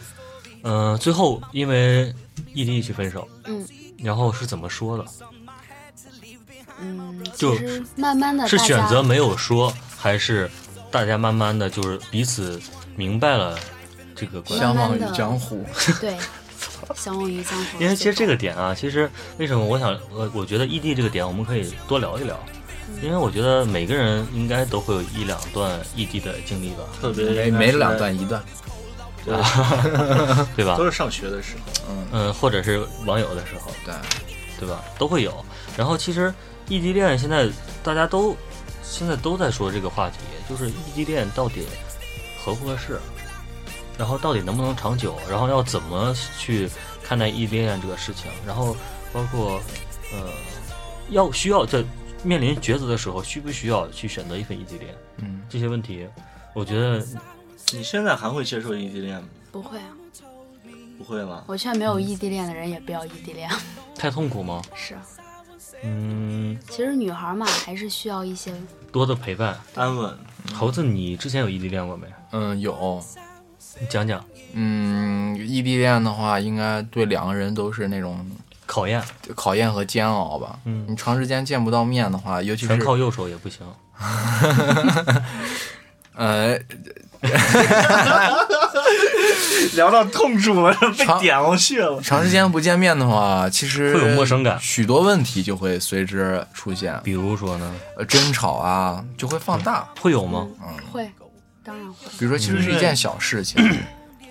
S3: 嗯、最后因为异地去分手，
S4: 嗯
S3: 然后是怎么说的？
S4: 嗯，
S3: 就
S4: 其实慢慢的
S3: 是选择没有说，还是大家慢慢的就是彼此明白了这个关系？
S1: 相忘于江湖，
S4: 对，相忘于江湖。
S3: 因为其实这个点啊，其实为什么我想我我觉得异地这个点我们可以多聊一聊，因为我觉得每个人应该都会有一两段异地的经历吧，
S2: 特别
S1: 没没两段一段，
S3: 对吧
S2: 都？是上学的时候，
S3: 嗯，或者是网友的时候，
S1: 对，
S3: 对吧？都会有。然后其实异地恋现在大家都现在都在说这个话题，就是异地恋到底合不合适，然后到底能不能长久，然后要怎么去看待异地恋这个事情，然后包括呃要需要在面临抉择的时候，需不需要去选择一份异地恋
S1: 嗯，
S3: 这些问题，我觉得
S2: 你现在还会接受异地恋吗？
S4: 不会啊，
S2: 不会吗？
S4: 我劝没有异地恋的人也不要异地恋。
S3: 太痛苦吗？
S4: 是，
S3: 嗯，
S4: 其实女孩嘛，还是需要一些
S3: 多的陪伴。
S2: 安稳，
S3: 猴子，你之前有异地恋过没？
S1: 嗯，有，
S3: 你讲讲
S1: 嗯，异地恋的话，应该对两个人都是那种
S3: 考验。
S1: 考验和煎熬吧。
S3: 嗯
S1: 你长时间见不到面的话，尤其
S3: 全
S1: 是
S3: 靠右手也不行。
S1: 呃，
S2: 聊到痛处了， 被
S1: 长
S2: 点过去了。
S1: 长时间不见面的话，其实
S3: 会有陌生感
S1: 许多问题就会随之出现，
S3: 比如说呢，嗯
S1: 呃，争吵啊就会放大。
S3: 会有吗？
S4: 嗯
S1: 嗯
S4: 会，当然会。
S1: 比如说，其实是一件小事情，
S3: 嗯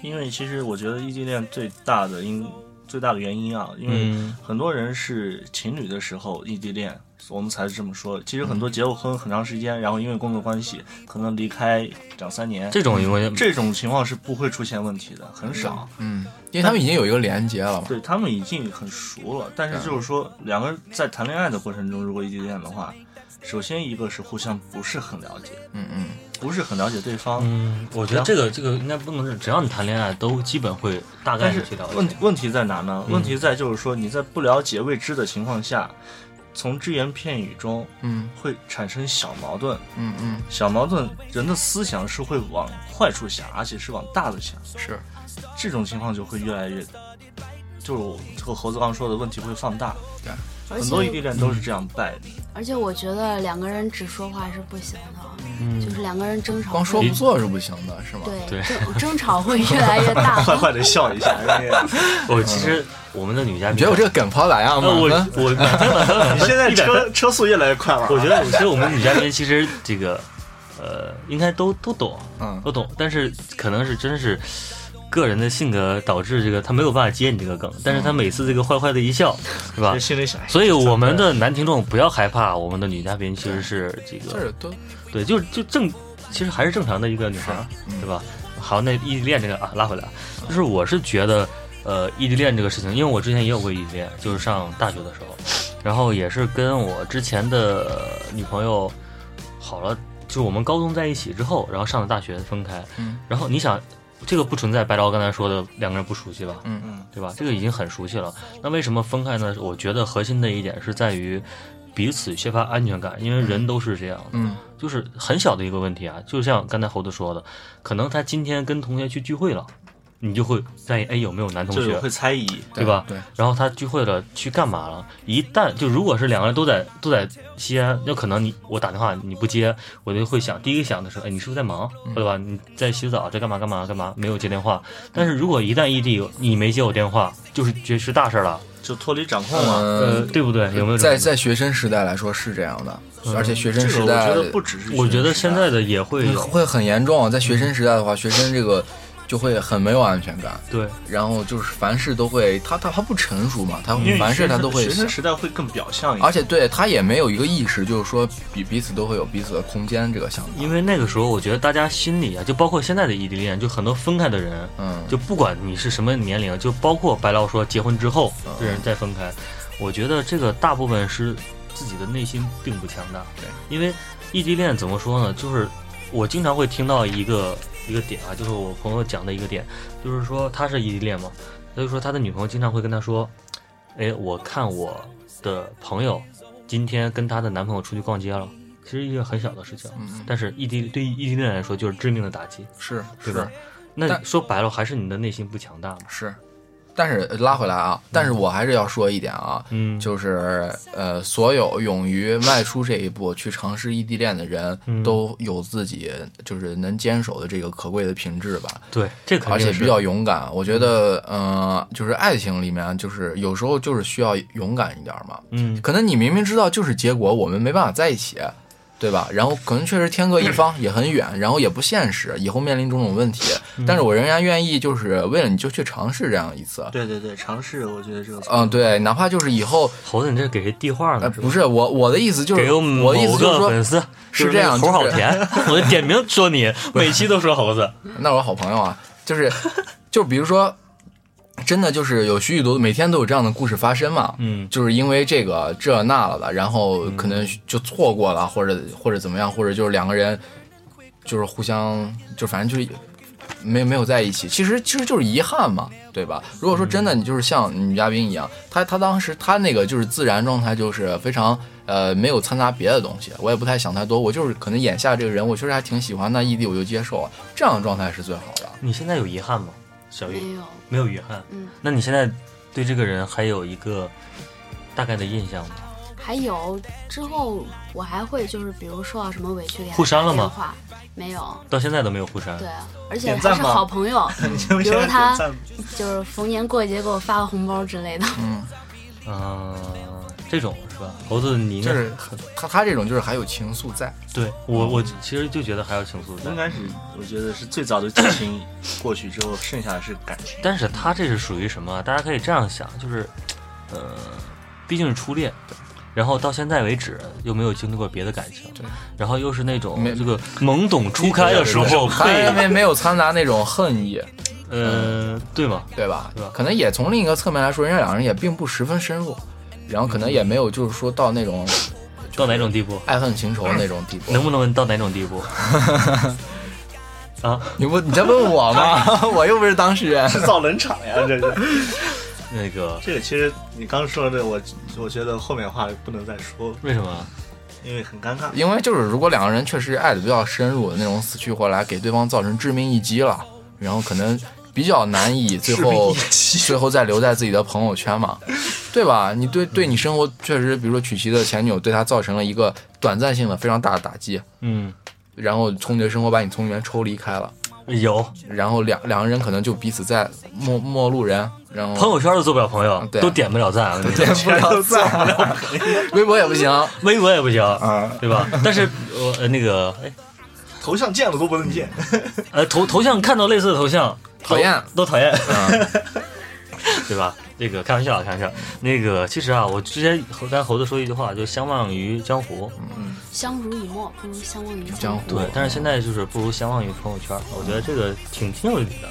S2: 因为其实我觉得异地恋最大的因最大的原因啊，因为
S3: 嗯
S2: 很多人是情侣的时候异地恋，我们才这么说。其实很
S3: 嗯
S2: 多结过婚很长时间，然后因为工作关系可能离开两三年，
S3: 这种因为
S2: 这种情况是不会出现问题的，很少。
S1: 嗯，因为他们已经有一个连接了嘛。
S2: 对他们已经很熟了，
S3: 啊
S2: 但是就是说，两个人在谈恋爱的过程中，如果异地恋的话，首先一个是互相不是很了解，
S1: 嗯嗯，
S2: 不是很了解对方，
S3: 嗯，我觉得这个这个应该不能是，只要你谈恋爱都基本会大概
S2: 但
S3: 是
S2: 是
S3: 去了
S2: 问
S3: 解嗯
S2: 题。问题在哪呢？问题在就是说你在不了解未知的情况下，从只言片语中
S1: 嗯
S2: 会产生小矛盾，
S1: 嗯嗯，
S2: 小矛盾人的思想是会往坏处想，而且是往大的想，
S1: 是，
S2: 这种情况就会越来越，就是我这个猴子刚说的问题会放大，
S4: 而
S2: 很多异地
S4: 且
S2: 恋都是这样败的。。
S3: 嗯
S4: 而且，我觉得两个人只说话是不行的，就是两个人争
S1: 嗯
S4: 吵
S1: 光说
S4: 会
S1: 不做是不行的，是吗？
S4: 对
S3: 对
S4: 争争吵会越来越 大
S2: 坏坏的笑 一下，
S3: 哎
S2: 因为
S3: 我其实我们的女嘉宾，
S1: 你觉得我这个梗抛咋样
S3: 呃我
S1: 吗？
S3: 我满分满分满
S2: 你现
S3: 分，
S2: 在车车速越来越快了。啊
S3: 我觉得我觉得我们女嘉宾其实这个呃应该都都懂，
S1: 嗯
S3: 都懂，但呃是可能是真是。个人的性格导致这个他没有办法接你这个梗，但是他每次这个坏坏的一笑，是吧
S2: 就？心里想，
S3: 所以我们的男听众不要害怕，我们的女嘉宾其实是这个
S1: 这是都
S3: 对，就是就正，其实还是正常的一个女孩儿，
S1: 嗯
S3: 对吧？好，那异地恋这个啊，拉回来啊，就是我是觉得，呃，异地恋这个事情，因为我之前也有过异地恋，就是上大学的时候，然后也是跟我之前的女朋友好了，就是我们高中在一起之后，然后上了大学分开，
S1: 嗯
S3: 然后你想，这个不存在白劳刚才说的两个人不熟悉吧？
S1: 嗯
S2: 嗯，
S3: 对吧？这个已经很熟悉了。那为什么分开呢？我觉得核心的一点是在于彼此缺乏安全感，因为人都是这样的。
S1: 嗯
S3: 就是很小的一个问题啊，就像刚才猴子说的，可能他今天跟同学去聚会了，你就会在意哎有没有男同
S2: 就是
S3: 学
S2: 会，猜疑，
S3: 对吧？
S1: 对，
S3: 然后他聚会了去干嘛了？一旦就如果是两个人都在都在西安，有可能你我打电话你不接，我就会想第一个想的是，哎，你是不是在忙，
S1: 嗯
S3: 对吧？你在洗澡，在干嘛干嘛干嘛，没有接电话。但是如果一旦异地，你没接我电话，就是绝是大事儿了，
S2: 就脱离掌控了。
S3: 呃，
S1: 嗯，
S3: 对不对？有没有这种嗯
S1: 在在学生时代来说是这样的，而且学
S2: 这
S1: 生
S2: 个
S1: 时
S2: 我
S1: 代
S2: 觉得不只是学生时代，
S3: 我觉得现在的也会
S1: 会
S3: 有，
S1: 会很严重。在学生时代的话，学生这个就会很没有安全感。
S3: 对，
S1: 然后就是凡事都会，他他他不成熟嘛，他
S2: 因为
S1: 凡事
S2: 学
S1: 他
S2: 生
S1: 都会
S2: 学
S1: 想
S2: 生，时代会更表象一点
S1: 而。且对他也没有一个意识，就是说彼彼此都会有彼此的空间这个想法。
S3: 因为那个时候我觉得大家心里啊，就包括现在的异地恋，就很多分开的人，
S1: 嗯，
S3: 就不管你是什么年龄，就包括白老说结婚之后
S1: 嗯
S3: 这人再分开，我觉得这个大部分是自己的内心并不强大。
S1: 对，
S3: 因为异地恋怎么说呢？就是我经常会听到一个一个点啊，就是我朋友讲的一个点，就是说他是异地恋嘛，他就说他的女朋友经常会跟他说：“哎，我看我的朋友今天跟她的男朋友出去逛街了。”其实一个很小的事情，
S1: 嗯
S3: 但是异地对于异地恋来说就是致命的打击，
S1: 是
S3: 对
S1: 是
S3: 吧？那
S1: 但
S3: 说白了还是你的内心不强大嘛。
S1: 是，但是拉回来啊，但是我还是要说一点啊，
S3: 嗯，
S1: 就是呃，所有勇于迈出这一步去尝试异地恋的人，
S3: 嗯
S1: 都有自己就是能坚守的这个可贵的品质吧。
S3: 对，这肯
S1: 而且
S3: 定是嗯
S1: 比较勇敢，我觉得，呃，就是爱情里面，就是有时候就是需要勇敢一点嘛。
S3: 嗯，
S1: 可能你明明知道就是结果，我们没办法在一起，对吧？然后可能确实天各一方，也很远，然后也不现实，以后面临种种问题，但是我仍然愿意，就是为了你就去尝试这样一次。
S2: 对对对，尝试，我觉得这个词
S1: 嗯，对，哪怕就是以后，
S3: 猴子，你这是给谁递话
S1: 呃，
S3: 呢？
S1: 不是我我的意思就是
S3: 给我某
S1: 我的意思就是
S3: 个
S1: 说，
S3: 粉丝
S1: 是
S3: 就
S1: 这样
S3: 那个猴
S1: 就
S3: 好
S1: 是
S3: 甜，我就点名说你，每期都说猴子。
S1: 那是我好朋友啊，就是就比如说，真的就是有许许多每天都有这样的故事发生嘛，
S3: 嗯
S1: 就是因为这个这那了的，然后可能就错过了，或者或者怎么样，或者就是两个人就是互相就反正就是。没没有在一起，其实其实就是遗憾嘛，对吧？如果说真的你就是像女嘉宾一样，她她当时她那个就是自然状态就是非常呃没有掺杂别的东西，我也不太想太多，我就是可能眼下这个人我确实还挺喜欢，那异地我就接受啊，这样的状态是最好的。
S3: 你现在有遗憾吗？小
S4: 没
S3: 玉
S4: 有，
S3: 没有遗憾。
S4: 嗯，
S3: 那你现在对这个人还有一个大概的印象吗？
S4: 还有之后我还会就是比如受到什么委屈给他
S3: 互删了吗
S4: 打电话？没有，
S3: 到现在都没有互删
S4: 对。，而
S2: 嗯
S4: 且
S2: 点
S4: 还
S2: 赞
S4: 是
S2: 吗
S4: 好 朋友，
S2: 就
S4: 比
S2: 现
S4: 如
S2: 在点
S4: 他
S2: 赞
S4: 就是逢年过节给我发个红包之类的。
S1: 嗯，
S3: 嗯，这种是吧？猴子，你应该
S1: 就是嗯她她这种就是还有情愫在，
S3: 对我，我其实就觉得还有情愫
S2: 应
S3: 在，
S2: 该是，我觉得是最早的激情过去之后，剩下的是感情。
S3: 但是他这是属于什么啊？大家可以这样想，就是，呃，毕竟是初恋，然后到现在为止又没有经历过别的感情，
S1: 对，
S3: 然后又是那种
S1: 没
S3: 这个懵懂初开的时候
S1: 还
S3: 被，
S1: 没没有掺杂那种恨意，
S3: 呃，对吗？
S1: 对吧？
S3: 对吧
S1: 可能也从另一个侧面来说，人家两人也并不十分深入，然后可能也没有就是说到那种
S3: 到哪种地步？
S1: 爱恨情仇那种地步。
S3: 能不能到哪种地步？啊，
S1: 你不你在问我吗？ 我又不是当事人。
S2: 制造冷场呀，这是。
S3: 那个
S2: 这个其实你刚说的，我我觉得后面话不能再说，
S3: 为什么？
S2: 因为很尴尬。
S1: 因为就是，如果两个人确实爱的比较深入，那种死去活来，给对方造成致命一击了，然后可能比较难以最后最后再留在自己的朋友圈嘛，对吧？你对对你生活确实，比如说曲奇的前女友对他造成了一个短暂性的非常大的打击，
S3: 嗯，
S1: 然后从你的生活把你从里面抽离开了。
S3: 有
S1: 然后两两个人可能就彼此在陌陌路人，然后
S3: 朋友圈都做不了朋友，
S1: 对
S3: 都点不了赞，我跟你说
S1: 点不了赞， 微博也不行。
S3: 微博也不行，对吧？但是我、呃、那个哎
S2: 头像见了都不能见，
S3: 呃头头像看到类似的头像，
S1: 讨厌
S3: 都讨厌，
S1: 嗯，
S3: 对吧？这个开玩笑啊，开玩笑。那个其实啊，我之前和咱猴子说一句话，就相忘于江湖，
S1: 嗯
S4: 相濡以沫，不如相忘于
S1: 江湖
S3: 对。但是现在就是不如相忘于朋友圈，我觉得这个挺挺有理的，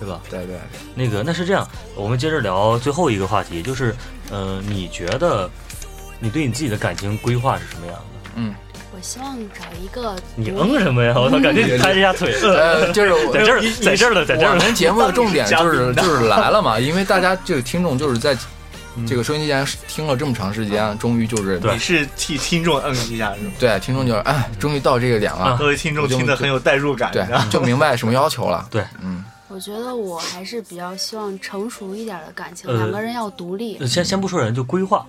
S3: 对吧？
S1: 对对，
S3: 那个，那是这样，我们接着聊最后一个话题，就是，呃，你觉得你对你自己的感情规划是什么样的？
S1: 嗯，
S4: 我希望找一个
S3: 你
S4: 独
S3: 嗯什么呀？我操，感觉你拍了一 下腿，呃
S1: 呃，就是我
S3: 在这儿，在这儿了，在 这儿
S1: 我
S3: 了。
S1: 们节目的重点就是 就是来了嘛，因为大家这个听众就是在这个收音机前听了这么长时间，终于就是
S3: 嗯对嗯
S2: 你是替听众摁一下是吗？
S1: 对听众就是哎，终于到这个点
S3: 啊
S1: 了，
S2: 各位听众听得很有代入感，
S1: 对
S2: 你知道吗，
S1: 就明白什么要求了。
S3: 对，
S1: 嗯，
S4: 我觉得我还是比较希望成熟一点的感情，
S3: 呃
S4: 两个人要独立
S3: 呃先先不说人，就规划，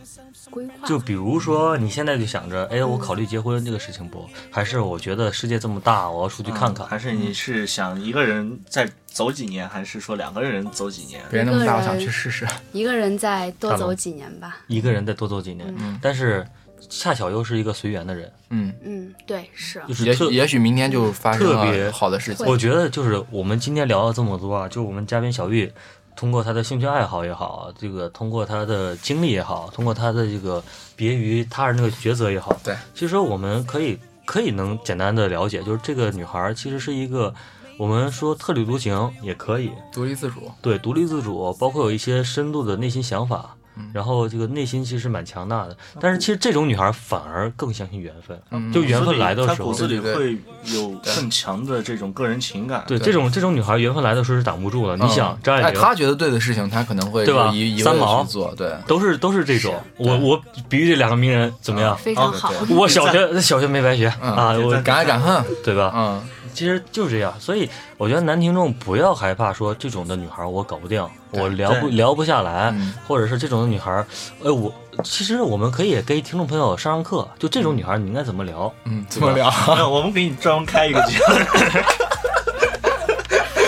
S4: 规划。
S3: 就比如说你现在就想着，哎，我考虑结婚这个事情不？还是我觉得世界这么大，我要出去看看。
S1: 嗯
S2: 还是你是想一个人再走几年，还是说两个人走几年？
S1: 别人那么 大，我想去试试。
S4: 一个人再多
S3: 看吧
S4: 走几年吧。
S3: 一个人再多走几年，但是恰巧又是一个随缘的人，
S1: 嗯，
S4: 嗯，对，是
S3: 就
S1: 也许
S3: 是特。
S1: 也许明天就发生
S3: 特别
S1: 了好的事情
S4: 会。
S3: 我觉得就是我们今天聊了这么多啊，就我们嘉宾小玉，通过他的兴趣爱好也好，这个通过他的经历也好，通过他的这个别于他人的抉择也好，
S1: 对，
S3: 其实我们可以可以能简单的了解，就是这个女孩儿其实是一个，我们说特立独行也可以，
S1: 独立自主，
S3: 对，独立自主，包括有一些深度的内心想法，然后这个内心其实蛮强大的。但是其实这种女孩反而更相信缘分，就缘分来的
S2: 她
S3: 时
S2: 骨
S3: 候，
S2: 子里
S1: 对
S2: 会有更强的这种个人情感。
S3: 对这种这种女孩缘分来的时候是挡不住了。你想
S1: 嗯
S3: 张爱
S1: 哎，
S3: 玲。
S1: 他觉得对的事情，他可能会
S3: 对吧
S1: 就一一
S3: 三
S1: 味地
S3: 毛
S1: 去做，对，
S3: 都是都是这种，我我比喻这两个名人怎么样？
S4: 非常
S2: 对
S4: 好。
S2: 对
S3: 我小学小学没白学
S1: 嗯
S3: 啊，我
S1: 敢爱敢恨，
S3: 对吧？
S1: 嗯，
S3: 其实就是这样，所以我觉得男听众不要害怕说这种的女孩我搞不定，我聊不
S2: 对
S3: 聊不下来
S1: 嗯，
S3: 或者是这种的女孩，呃，我其实我们可以给听众朋友上上课，就这种女孩你应该怎么聊？
S1: 嗯，怎么聊？
S2: 没有，我们给你专门开一个节 目。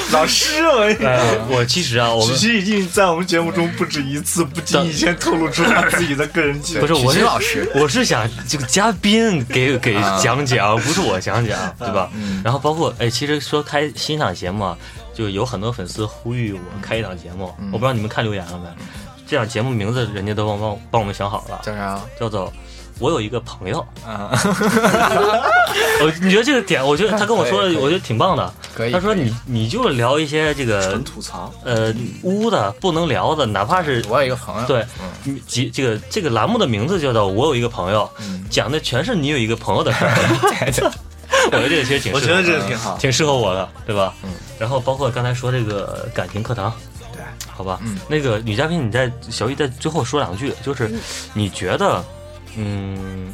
S2: 老师，啊我
S3: 哎，
S1: 嗯
S3: 我其实啊，我
S2: 许
S3: 们
S2: 昕已经在我们节目中不止一次不经意间透露出他自己的个人技
S3: 不
S2: 能。
S3: 是
S1: 许
S3: 我是
S1: 昕老师，
S3: 我是想这个嘉宾给给
S1: 啊
S3: 讲讲，不是我讲讲，对吧？
S1: 嗯
S3: 然后包括哎，其实说开新档节目啊，就有很多粉丝呼吁我开一档节目，
S1: 嗯
S3: 我不知道你们看留言了没？这档节目名字人家都帮帮帮我们想好了，
S1: 叫啥？
S3: 叫做。我有一个朋友，
S1: 啊，
S3: 我你觉得这个点，我觉得他跟我说
S1: 可以
S3: 的，
S1: 可以
S3: 我觉得挺棒的。
S1: 可以。
S3: 他说你你就聊一些这个
S2: 纯吐槽，
S3: 呃污的不能聊的，哪怕是
S1: 我有一个朋友，
S3: 对
S1: 嗯，
S3: 你集这个这个栏目的名字叫做“我有一个朋友”，
S1: 嗯
S3: 讲的全是你有一个朋友 的事儿。 我觉得这个其实挺适合
S2: 我觉得这个挺好。
S3: 挺适合我的，对吧？嗯。然后包括刚才说这个感情课堂，
S1: 对，
S3: 好吧。嗯。那个女嘉宾，你在小易在最后说两句，就是
S4: 嗯
S3: 你觉得，嗯，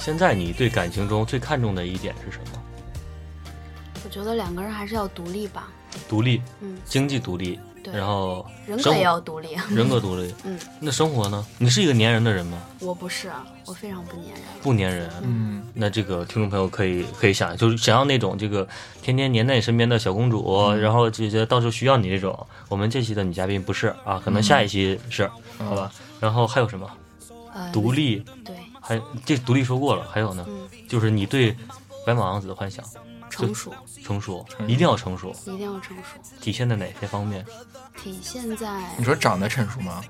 S3: 现在你对感情中最看重的一点是什么？
S4: 我觉得两个人还是要独立吧，
S3: 独立，
S4: 嗯，
S3: 经济独立，
S4: 对
S3: 然后
S4: 人
S3: 生
S4: 格
S3: 活
S4: 也要独立。
S3: 人格独立。
S4: 嗯。
S3: 那生活呢？你是一个粘人的人吗？
S4: 我不是，啊我非常不粘人。
S3: 不粘人。
S1: 嗯，
S3: 那这个听众朋友可以可以想，就是想要那种这个天天黏在你身边的小公主，然后就觉得到处需要你这种。我们这期的女嘉宾不是啊，可能下一期是，
S1: 嗯
S3: 好吧？然后还有什么？
S4: 呃，
S3: 独立，
S4: 对，
S3: 还这独立说过了，还有呢，
S4: 嗯，
S3: 就是你对白马王子的幻想
S4: 成熟
S3: 成熟，
S2: 嗯
S3: 一定要成熟，
S4: 一定要成熟，
S3: 体现在哪些方面？
S4: 体现在
S1: 你说长得成熟吗？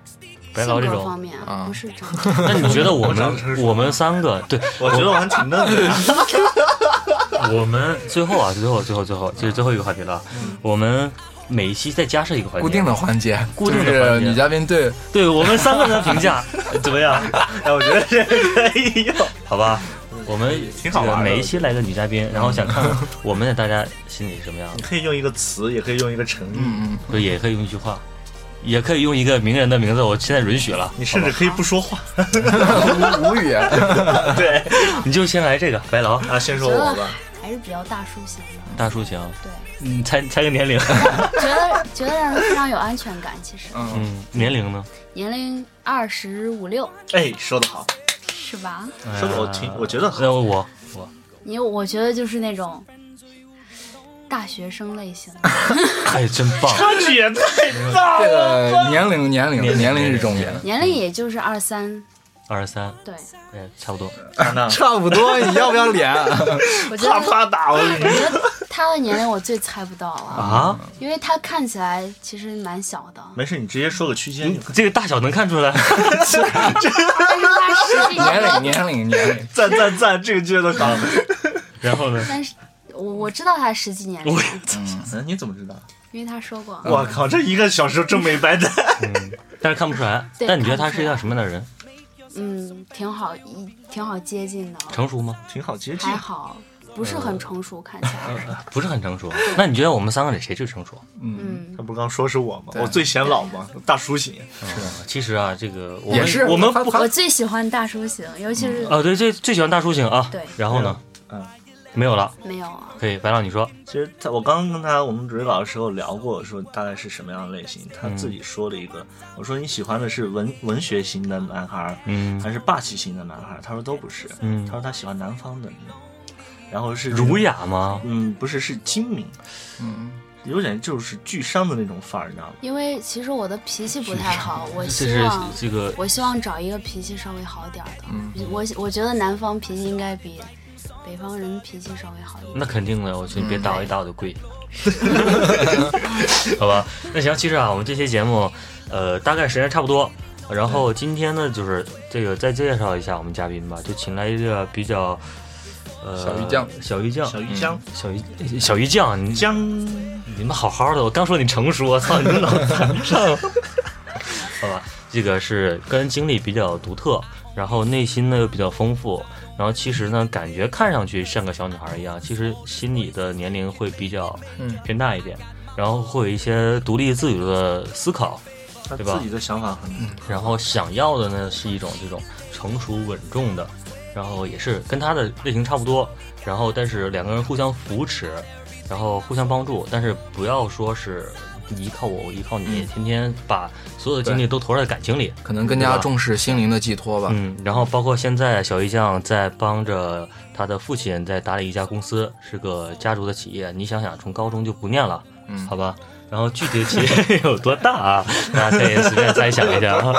S3: 白
S4: 性
S3: 聊这
S4: 格
S3: 种
S4: 方。面
S1: 啊
S4: 不是成
S3: 那你觉得我
S2: 我长成
S3: 们
S2: 熟
S3: 我们三个对
S2: 我觉得我还挺嫩的，
S3: 我们最后啊，最后最后最后，这是最后一个话题了。
S4: 嗯
S3: 我们每一期再加设一个环节，
S1: 固定的环节，
S3: 固定的
S1: 就是
S3: 环节
S1: 女嘉宾对
S3: 对我们三个人的评价 怎么样？
S2: 哎，我觉得这个可以用。
S3: 好吧，我们
S2: 挺好玩的嗯
S3: 这个每一期来个女嘉宾，然后想看看我们在大家心里是什么样的，
S2: 可以用一个词，也可以用一个成语，
S1: 嗯
S3: 对，也可以用一句话，也可以用一个名人的名字，我现在允许了。
S2: 你甚至可以不说话。
S1: 嗯，无无语。
S2: 对
S3: 你就先来这个白劳
S2: 啊，先说我吧。
S4: 还是比较大叔型的，
S3: 大叔行，
S4: 对，
S3: 你嗯猜猜个年龄，
S4: 觉得觉得让人非常有安全感。其实
S1: 嗯，
S3: 嗯，年龄呢？
S4: 年龄二十五六
S2: 哎，说的好，
S4: 是吧？
S2: 说的我
S3: 哎
S2: 挺，我觉得很
S3: 那我我
S4: 你我觉得就是那种大学生类型的，
S3: 哎，真棒，
S2: 距也太大
S1: 这。个年龄年龄
S3: 年龄
S1: 年龄是重点，
S4: 年龄也就是二三，
S3: 二十三，
S4: 对，
S3: 哎，差不多。
S2: 娜娜
S1: 差不多。你要不要脸？
S4: 我觉
S2: 啪
S4: 得。
S2: 啪打我，
S4: 我觉得他的年龄我最猜不到啊，
S3: 啊，
S4: 因为他看起来其实蛮小的，
S2: 没事，你直接说个区间就可以。
S3: 这个大小能看出来，
S4: 但是他实际
S1: 年龄年龄年龄，
S2: 赞赞赞，这个接的好。
S3: 然后呢？
S4: 但是我我知道他实际年龄，
S3: 我
S2: 嗯，你怎么知道？
S4: 因为他说过，
S2: 我靠，这一个小时真没白待。
S3: 但是看不出来。
S4: 对
S3: 但你觉得
S4: 看
S3: 他
S4: 不出
S3: 是一个
S4: 来
S3: 什么样的人？
S4: 嗯，挺好，一挺好接近的，
S3: 成熟吗？
S2: 挺好接近
S4: 还，好，不是很成熟，看起来，
S3: 不是很成熟。那你觉得我们三个里谁最成熟？
S4: 嗯
S2: 他，不刚说是我吗？我最显老吗？大叔型，
S3: 其实啊，这个我们
S1: 也是
S3: 我们
S1: 他
S3: 不
S1: 他
S4: 我最喜欢大叔型，尤其是
S3: 啊，对，最最喜欢大叔型啊。
S4: 对
S3: 然后呢？
S2: 嗯，
S3: 没有了，
S4: 没有啊，
S3: 可以。白浪，你说
S2: 其实他，我刚刚跟他我们准备稿的时候聊过，说大概是什么样的类型。他自己说了一个，我说你喜欢的是文文学型的男孩，
S3: 嗯
S2: 还是霸气型的男孩？他说都不是，
S3: 嗯
S2: 他说他喜欢南方的，然后是
S3: 儒，雅吗？
S2: 嗯，不是是精明，
S1: 嗯，
S2: 有点就是巨伤的那种范儿，你知道吗？
S3: 嗯
S4: 因为其实我的脾气不太好，我
S3: 这
S4: 希
S3: 是嗯
S4: 望
S3: 这个
S4: 我希望找一个脾气稍微好点儿的。我我觉得南方脾气应该比北方人脾气稍微好一点。
S3: 那肯定的，我去，你别打我一打我就跪。 好吧，那行，其实啊，我们这期节目，呃，大概时间差不多。然后今天呢，就是这个再介绍一下我们嘉宾吧，就请来一个比较，呃，
S1: 小鱼酱，
S3: 小鱼酱，
S2: 小鱼江
S3: 小鱼哎小鱼酱，你
S2: 江，
S3: 你们好好的，我刚说你成熟，我操，你们老谈上了。好吧，这个是个人经历比较独特，然后内心呢又比较丰富，然后其实呢感觉看上去像个小女孩一样，其实心里的年龄会比较
S1: 嗯
S3: 偏大一点，然后会有一些独立自主的思考，
S2: 他
S3: 对吧
S2: 自己的想法很
S3: 然后想要的呢是一种这种成熟稳重的，然后也是跟他的类型差不多，然后但是两个人互相扶持，然后互相帮助，但是不要说是你依靠我，我依靠你，天天把所有的精力都投入在感情里。
S1: 可能更加重视心灵的寄托吧。
S3: 嗯，然后包括现在小鱼酱在帮着他的父亲在打理一家公司，是个家族的企业。你想想，从高中就不念了，
S1: 嗯
S3: 好吧？然后具体的企业 有多大啊？大家可以随便猜想一下啊。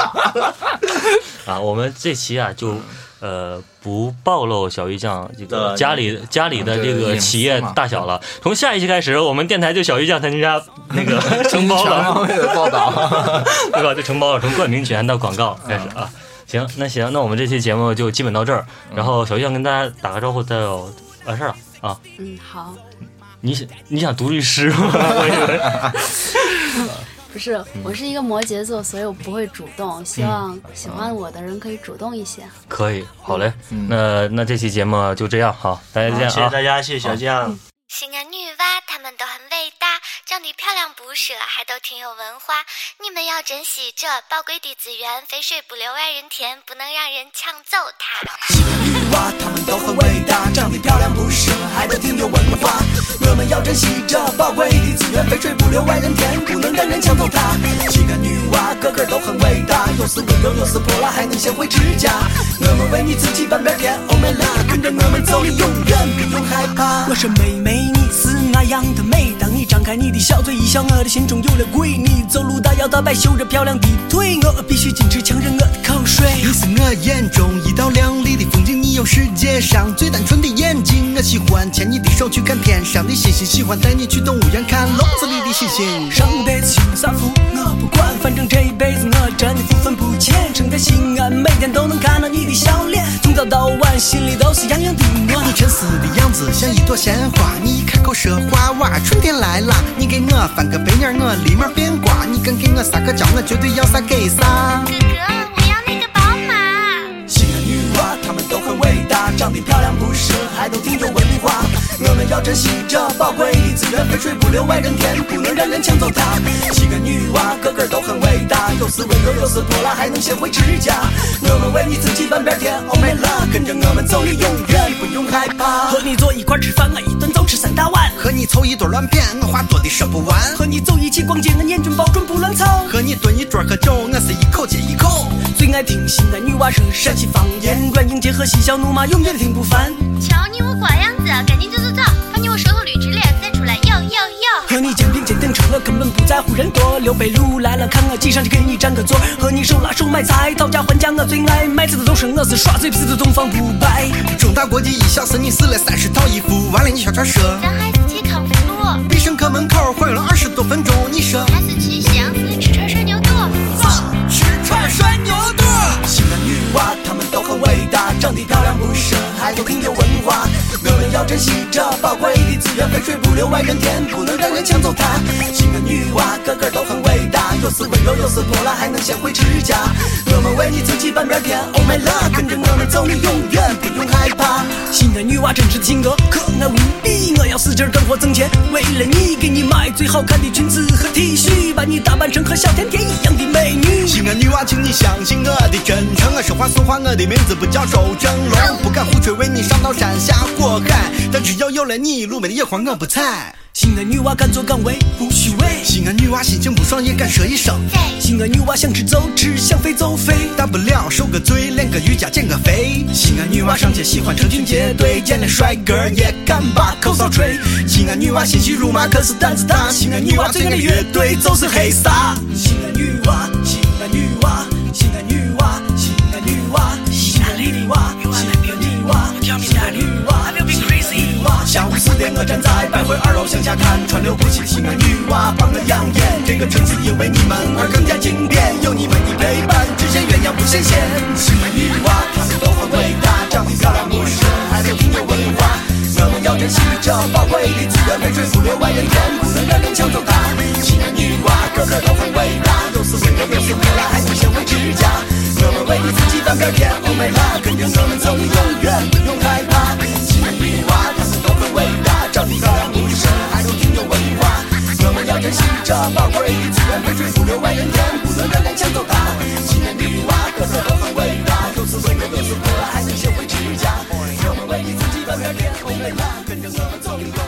S3: 啊，我们这期啊就
S1: 嗯
S3: 呃不暴露小鱼酱这个
S2: 的
S3: 家里家里的
S1: 嗯
S3: 这
S1: 对
S3: 个
S1: 隐私
S3: 企业
S1: 嘛
S3: 大小了。从下一期开始，我们电台就小鱼酱他们家那个 承 包
S1: 全
S3: 了。
S1: 方位的报道，
S3: 对吧？就承包了，从冠名权到广告
S2: 嗯
S3: 开始啊。行，那行，那我们这期节目就基本到这儿。
S2: 嗯
S3: 然后小鱼想跟大家打个招呼，再有完事儿了啊。
S4: 嗯，好，
S3: 你想你想读律师 吗？我
S4: 不是，
S3: 嗯
S4: 我是一个摩羯座，所以我不会主动，希望
S3: 啊
S4: 喜欢我的人可以主动一些。
S3: 以为可以，好嘞。那那这期节目就这样，好，大家再见
S2: 嗯谢
S3: 啊
S2: 谢。大家，谢谢小江。
S5: 型男女娲，她们都很伟大，长得漂亮不舍，还都挺有文化。你们要珍惜这宝贵的资源，肥水不流外人田，不能让人抢走它。
S6: 女娲，她们都很伟大，长得漂亮不是，还都挺有文化。我们要珍惜这宝贵的资源，肥水不流外人田，不能让人抢走它。几个女娲个个都很伟大，有时温柔，有时泼辣，还能贤惠持家。我们为你自己半边天，Oh my love，跟着我们走，你永远不用害怕。我说妹妹，你是那样的美，当你张开你的小嘴一笑，我的心中有了鬼。你走路大摇大摆，秀着漂亮的腿，我必须坚持强忍我的口水。
S7: 你是我眼中一道亮丽的风景，你有世界上最单纯的眼睛。我喜欢牵你的手去看天上的星星，喜欢带你去动物园看笼子里的猩猩。
S6: 上辈子修啥福我不管，反正这一辈子我真的不愤不欠。生在西安，每天都能看到你的笑脸，从早到晚心里都是洋洋的暖
S7: 你。沉思的样子像一朵鲜花，你一开口说话哇，春天来了。你给我翻个白眼儿，我立马变卦。你敢给我撒个娇，我绝对要啥给啥。
S5: 哥哥，我要那个宝马。
S6: 西安女娃她啊们都很伟大，长得漂亮不是，还都挺有文化。我们要珍惜这宝贵的资源，肥水不流外人田，不能让人抢走它。西安女娃个个都很伟大，有时温柔，有时泼辣，还能贤惠持家。我们为你自己半边天，Oh my love，跟着我们走，你永远不用害怕。和你坐一块吃饭，我一顿就吃三大碗。
S7: 和你凑一堆乱编，我话多的说不完。
S6: 和你走一起逛街，我眼睛保准不乱凑。
S7: 和你蹲一桌喝酒，我是一口接一口。
S6: 最爱听西安女娃说陕西方言，软硬结合，嬉笑怒骂，永远听不烦。
S5: 瞧你我瓜样子，赶紧走走走，把你我舌头捋直了，再出来哟哟哟！
S6: 和你肩并肩等车，我根本不在乎人多。刘备路来了，看我挤上去给你占个座。和你手拉手买菜，讨价还价我最爱。卖菜的都是我是耍嘴皮子的东方不败。
S7: 中大国际一小时，你试了三十套衣服，完了你小圈说。
S5: 咱还是去康复路，
S7: 必胜客门口晃悠了二十多分钟，你说
S5: 还是去祥子吃串涮牛肚。
S7: 吃串涮牛肚？
S6: 西安女娃她们都很伟大，长得漂亮不是，还都挺有文化。我们要珍惜这宝贵的资源，肥水不流外人田，不能让人抢走它。西安女娃个个都很伟大，有时温柔，有时泼辣，还能贤惠持家。我们为你自己半边天，Oh my love，跟着我们走，你永远不用害怕。西安女娃真实的性格可爱无比，我要使劲干活挣钱，为了你给你买最好看的裙子和 T 恤，把你打扮成和小甜甜一样的美女。
S7: 西安女娃，请你相信我的真诚。啊我说话算话，我的名字不叫周正龙，不敢胡吹，为你上刀山下火海。但只要有了你，路边的野花我不采。
S6: 西安女娃敢作敢为，不虚伪。
S7: 西安女娃心情不爽也敢说一声，
S6: 西安女娃想吃走吃，想飞走飞。
S7: 大不了受个罪，练个瑜伽减个肥。西安女娃上街喜欢成群结队，见了帅哥也敢把口哨吹。西安女娃心细如麻，可是胆子大。西安女娃最爱的乐队就是黑撒。
S6: 西安女娃，西安女娃，西安女娃，西安女娃，西安女娃，西安女娃，西安女娃，I will be crazy 娃。下午四点，我站在百汇二楼向下看，川流不息的西安女娃帮我养眼。这个城市因为你们而更加经典，有你们的陪伴，只羡鸳鸯不羡仙。西安女娃，她们都很伟大，长得漂亮不是，还得挺有文化。我们要珍惜这宝贵的资源，肥水不流外人田，不能让人抢走它。西安女娃个个都很伟大，都是温柔又是可爱，还是贤惠之家。我们为你自己翻篇天，Oh my god，跟着我们走，永远不用害怕。西安女娃她们都很伟大，长得漂亮不是，还都挺有文化。我们要珍惜这宝贵的资源，肥水不流外人田，不能让人抢走它。西安女娃个个都很伟大，都是温柔又是可爱，还是贤惠之家。我们为你自己翻篇天，Oh my god，跟着我们走，永远。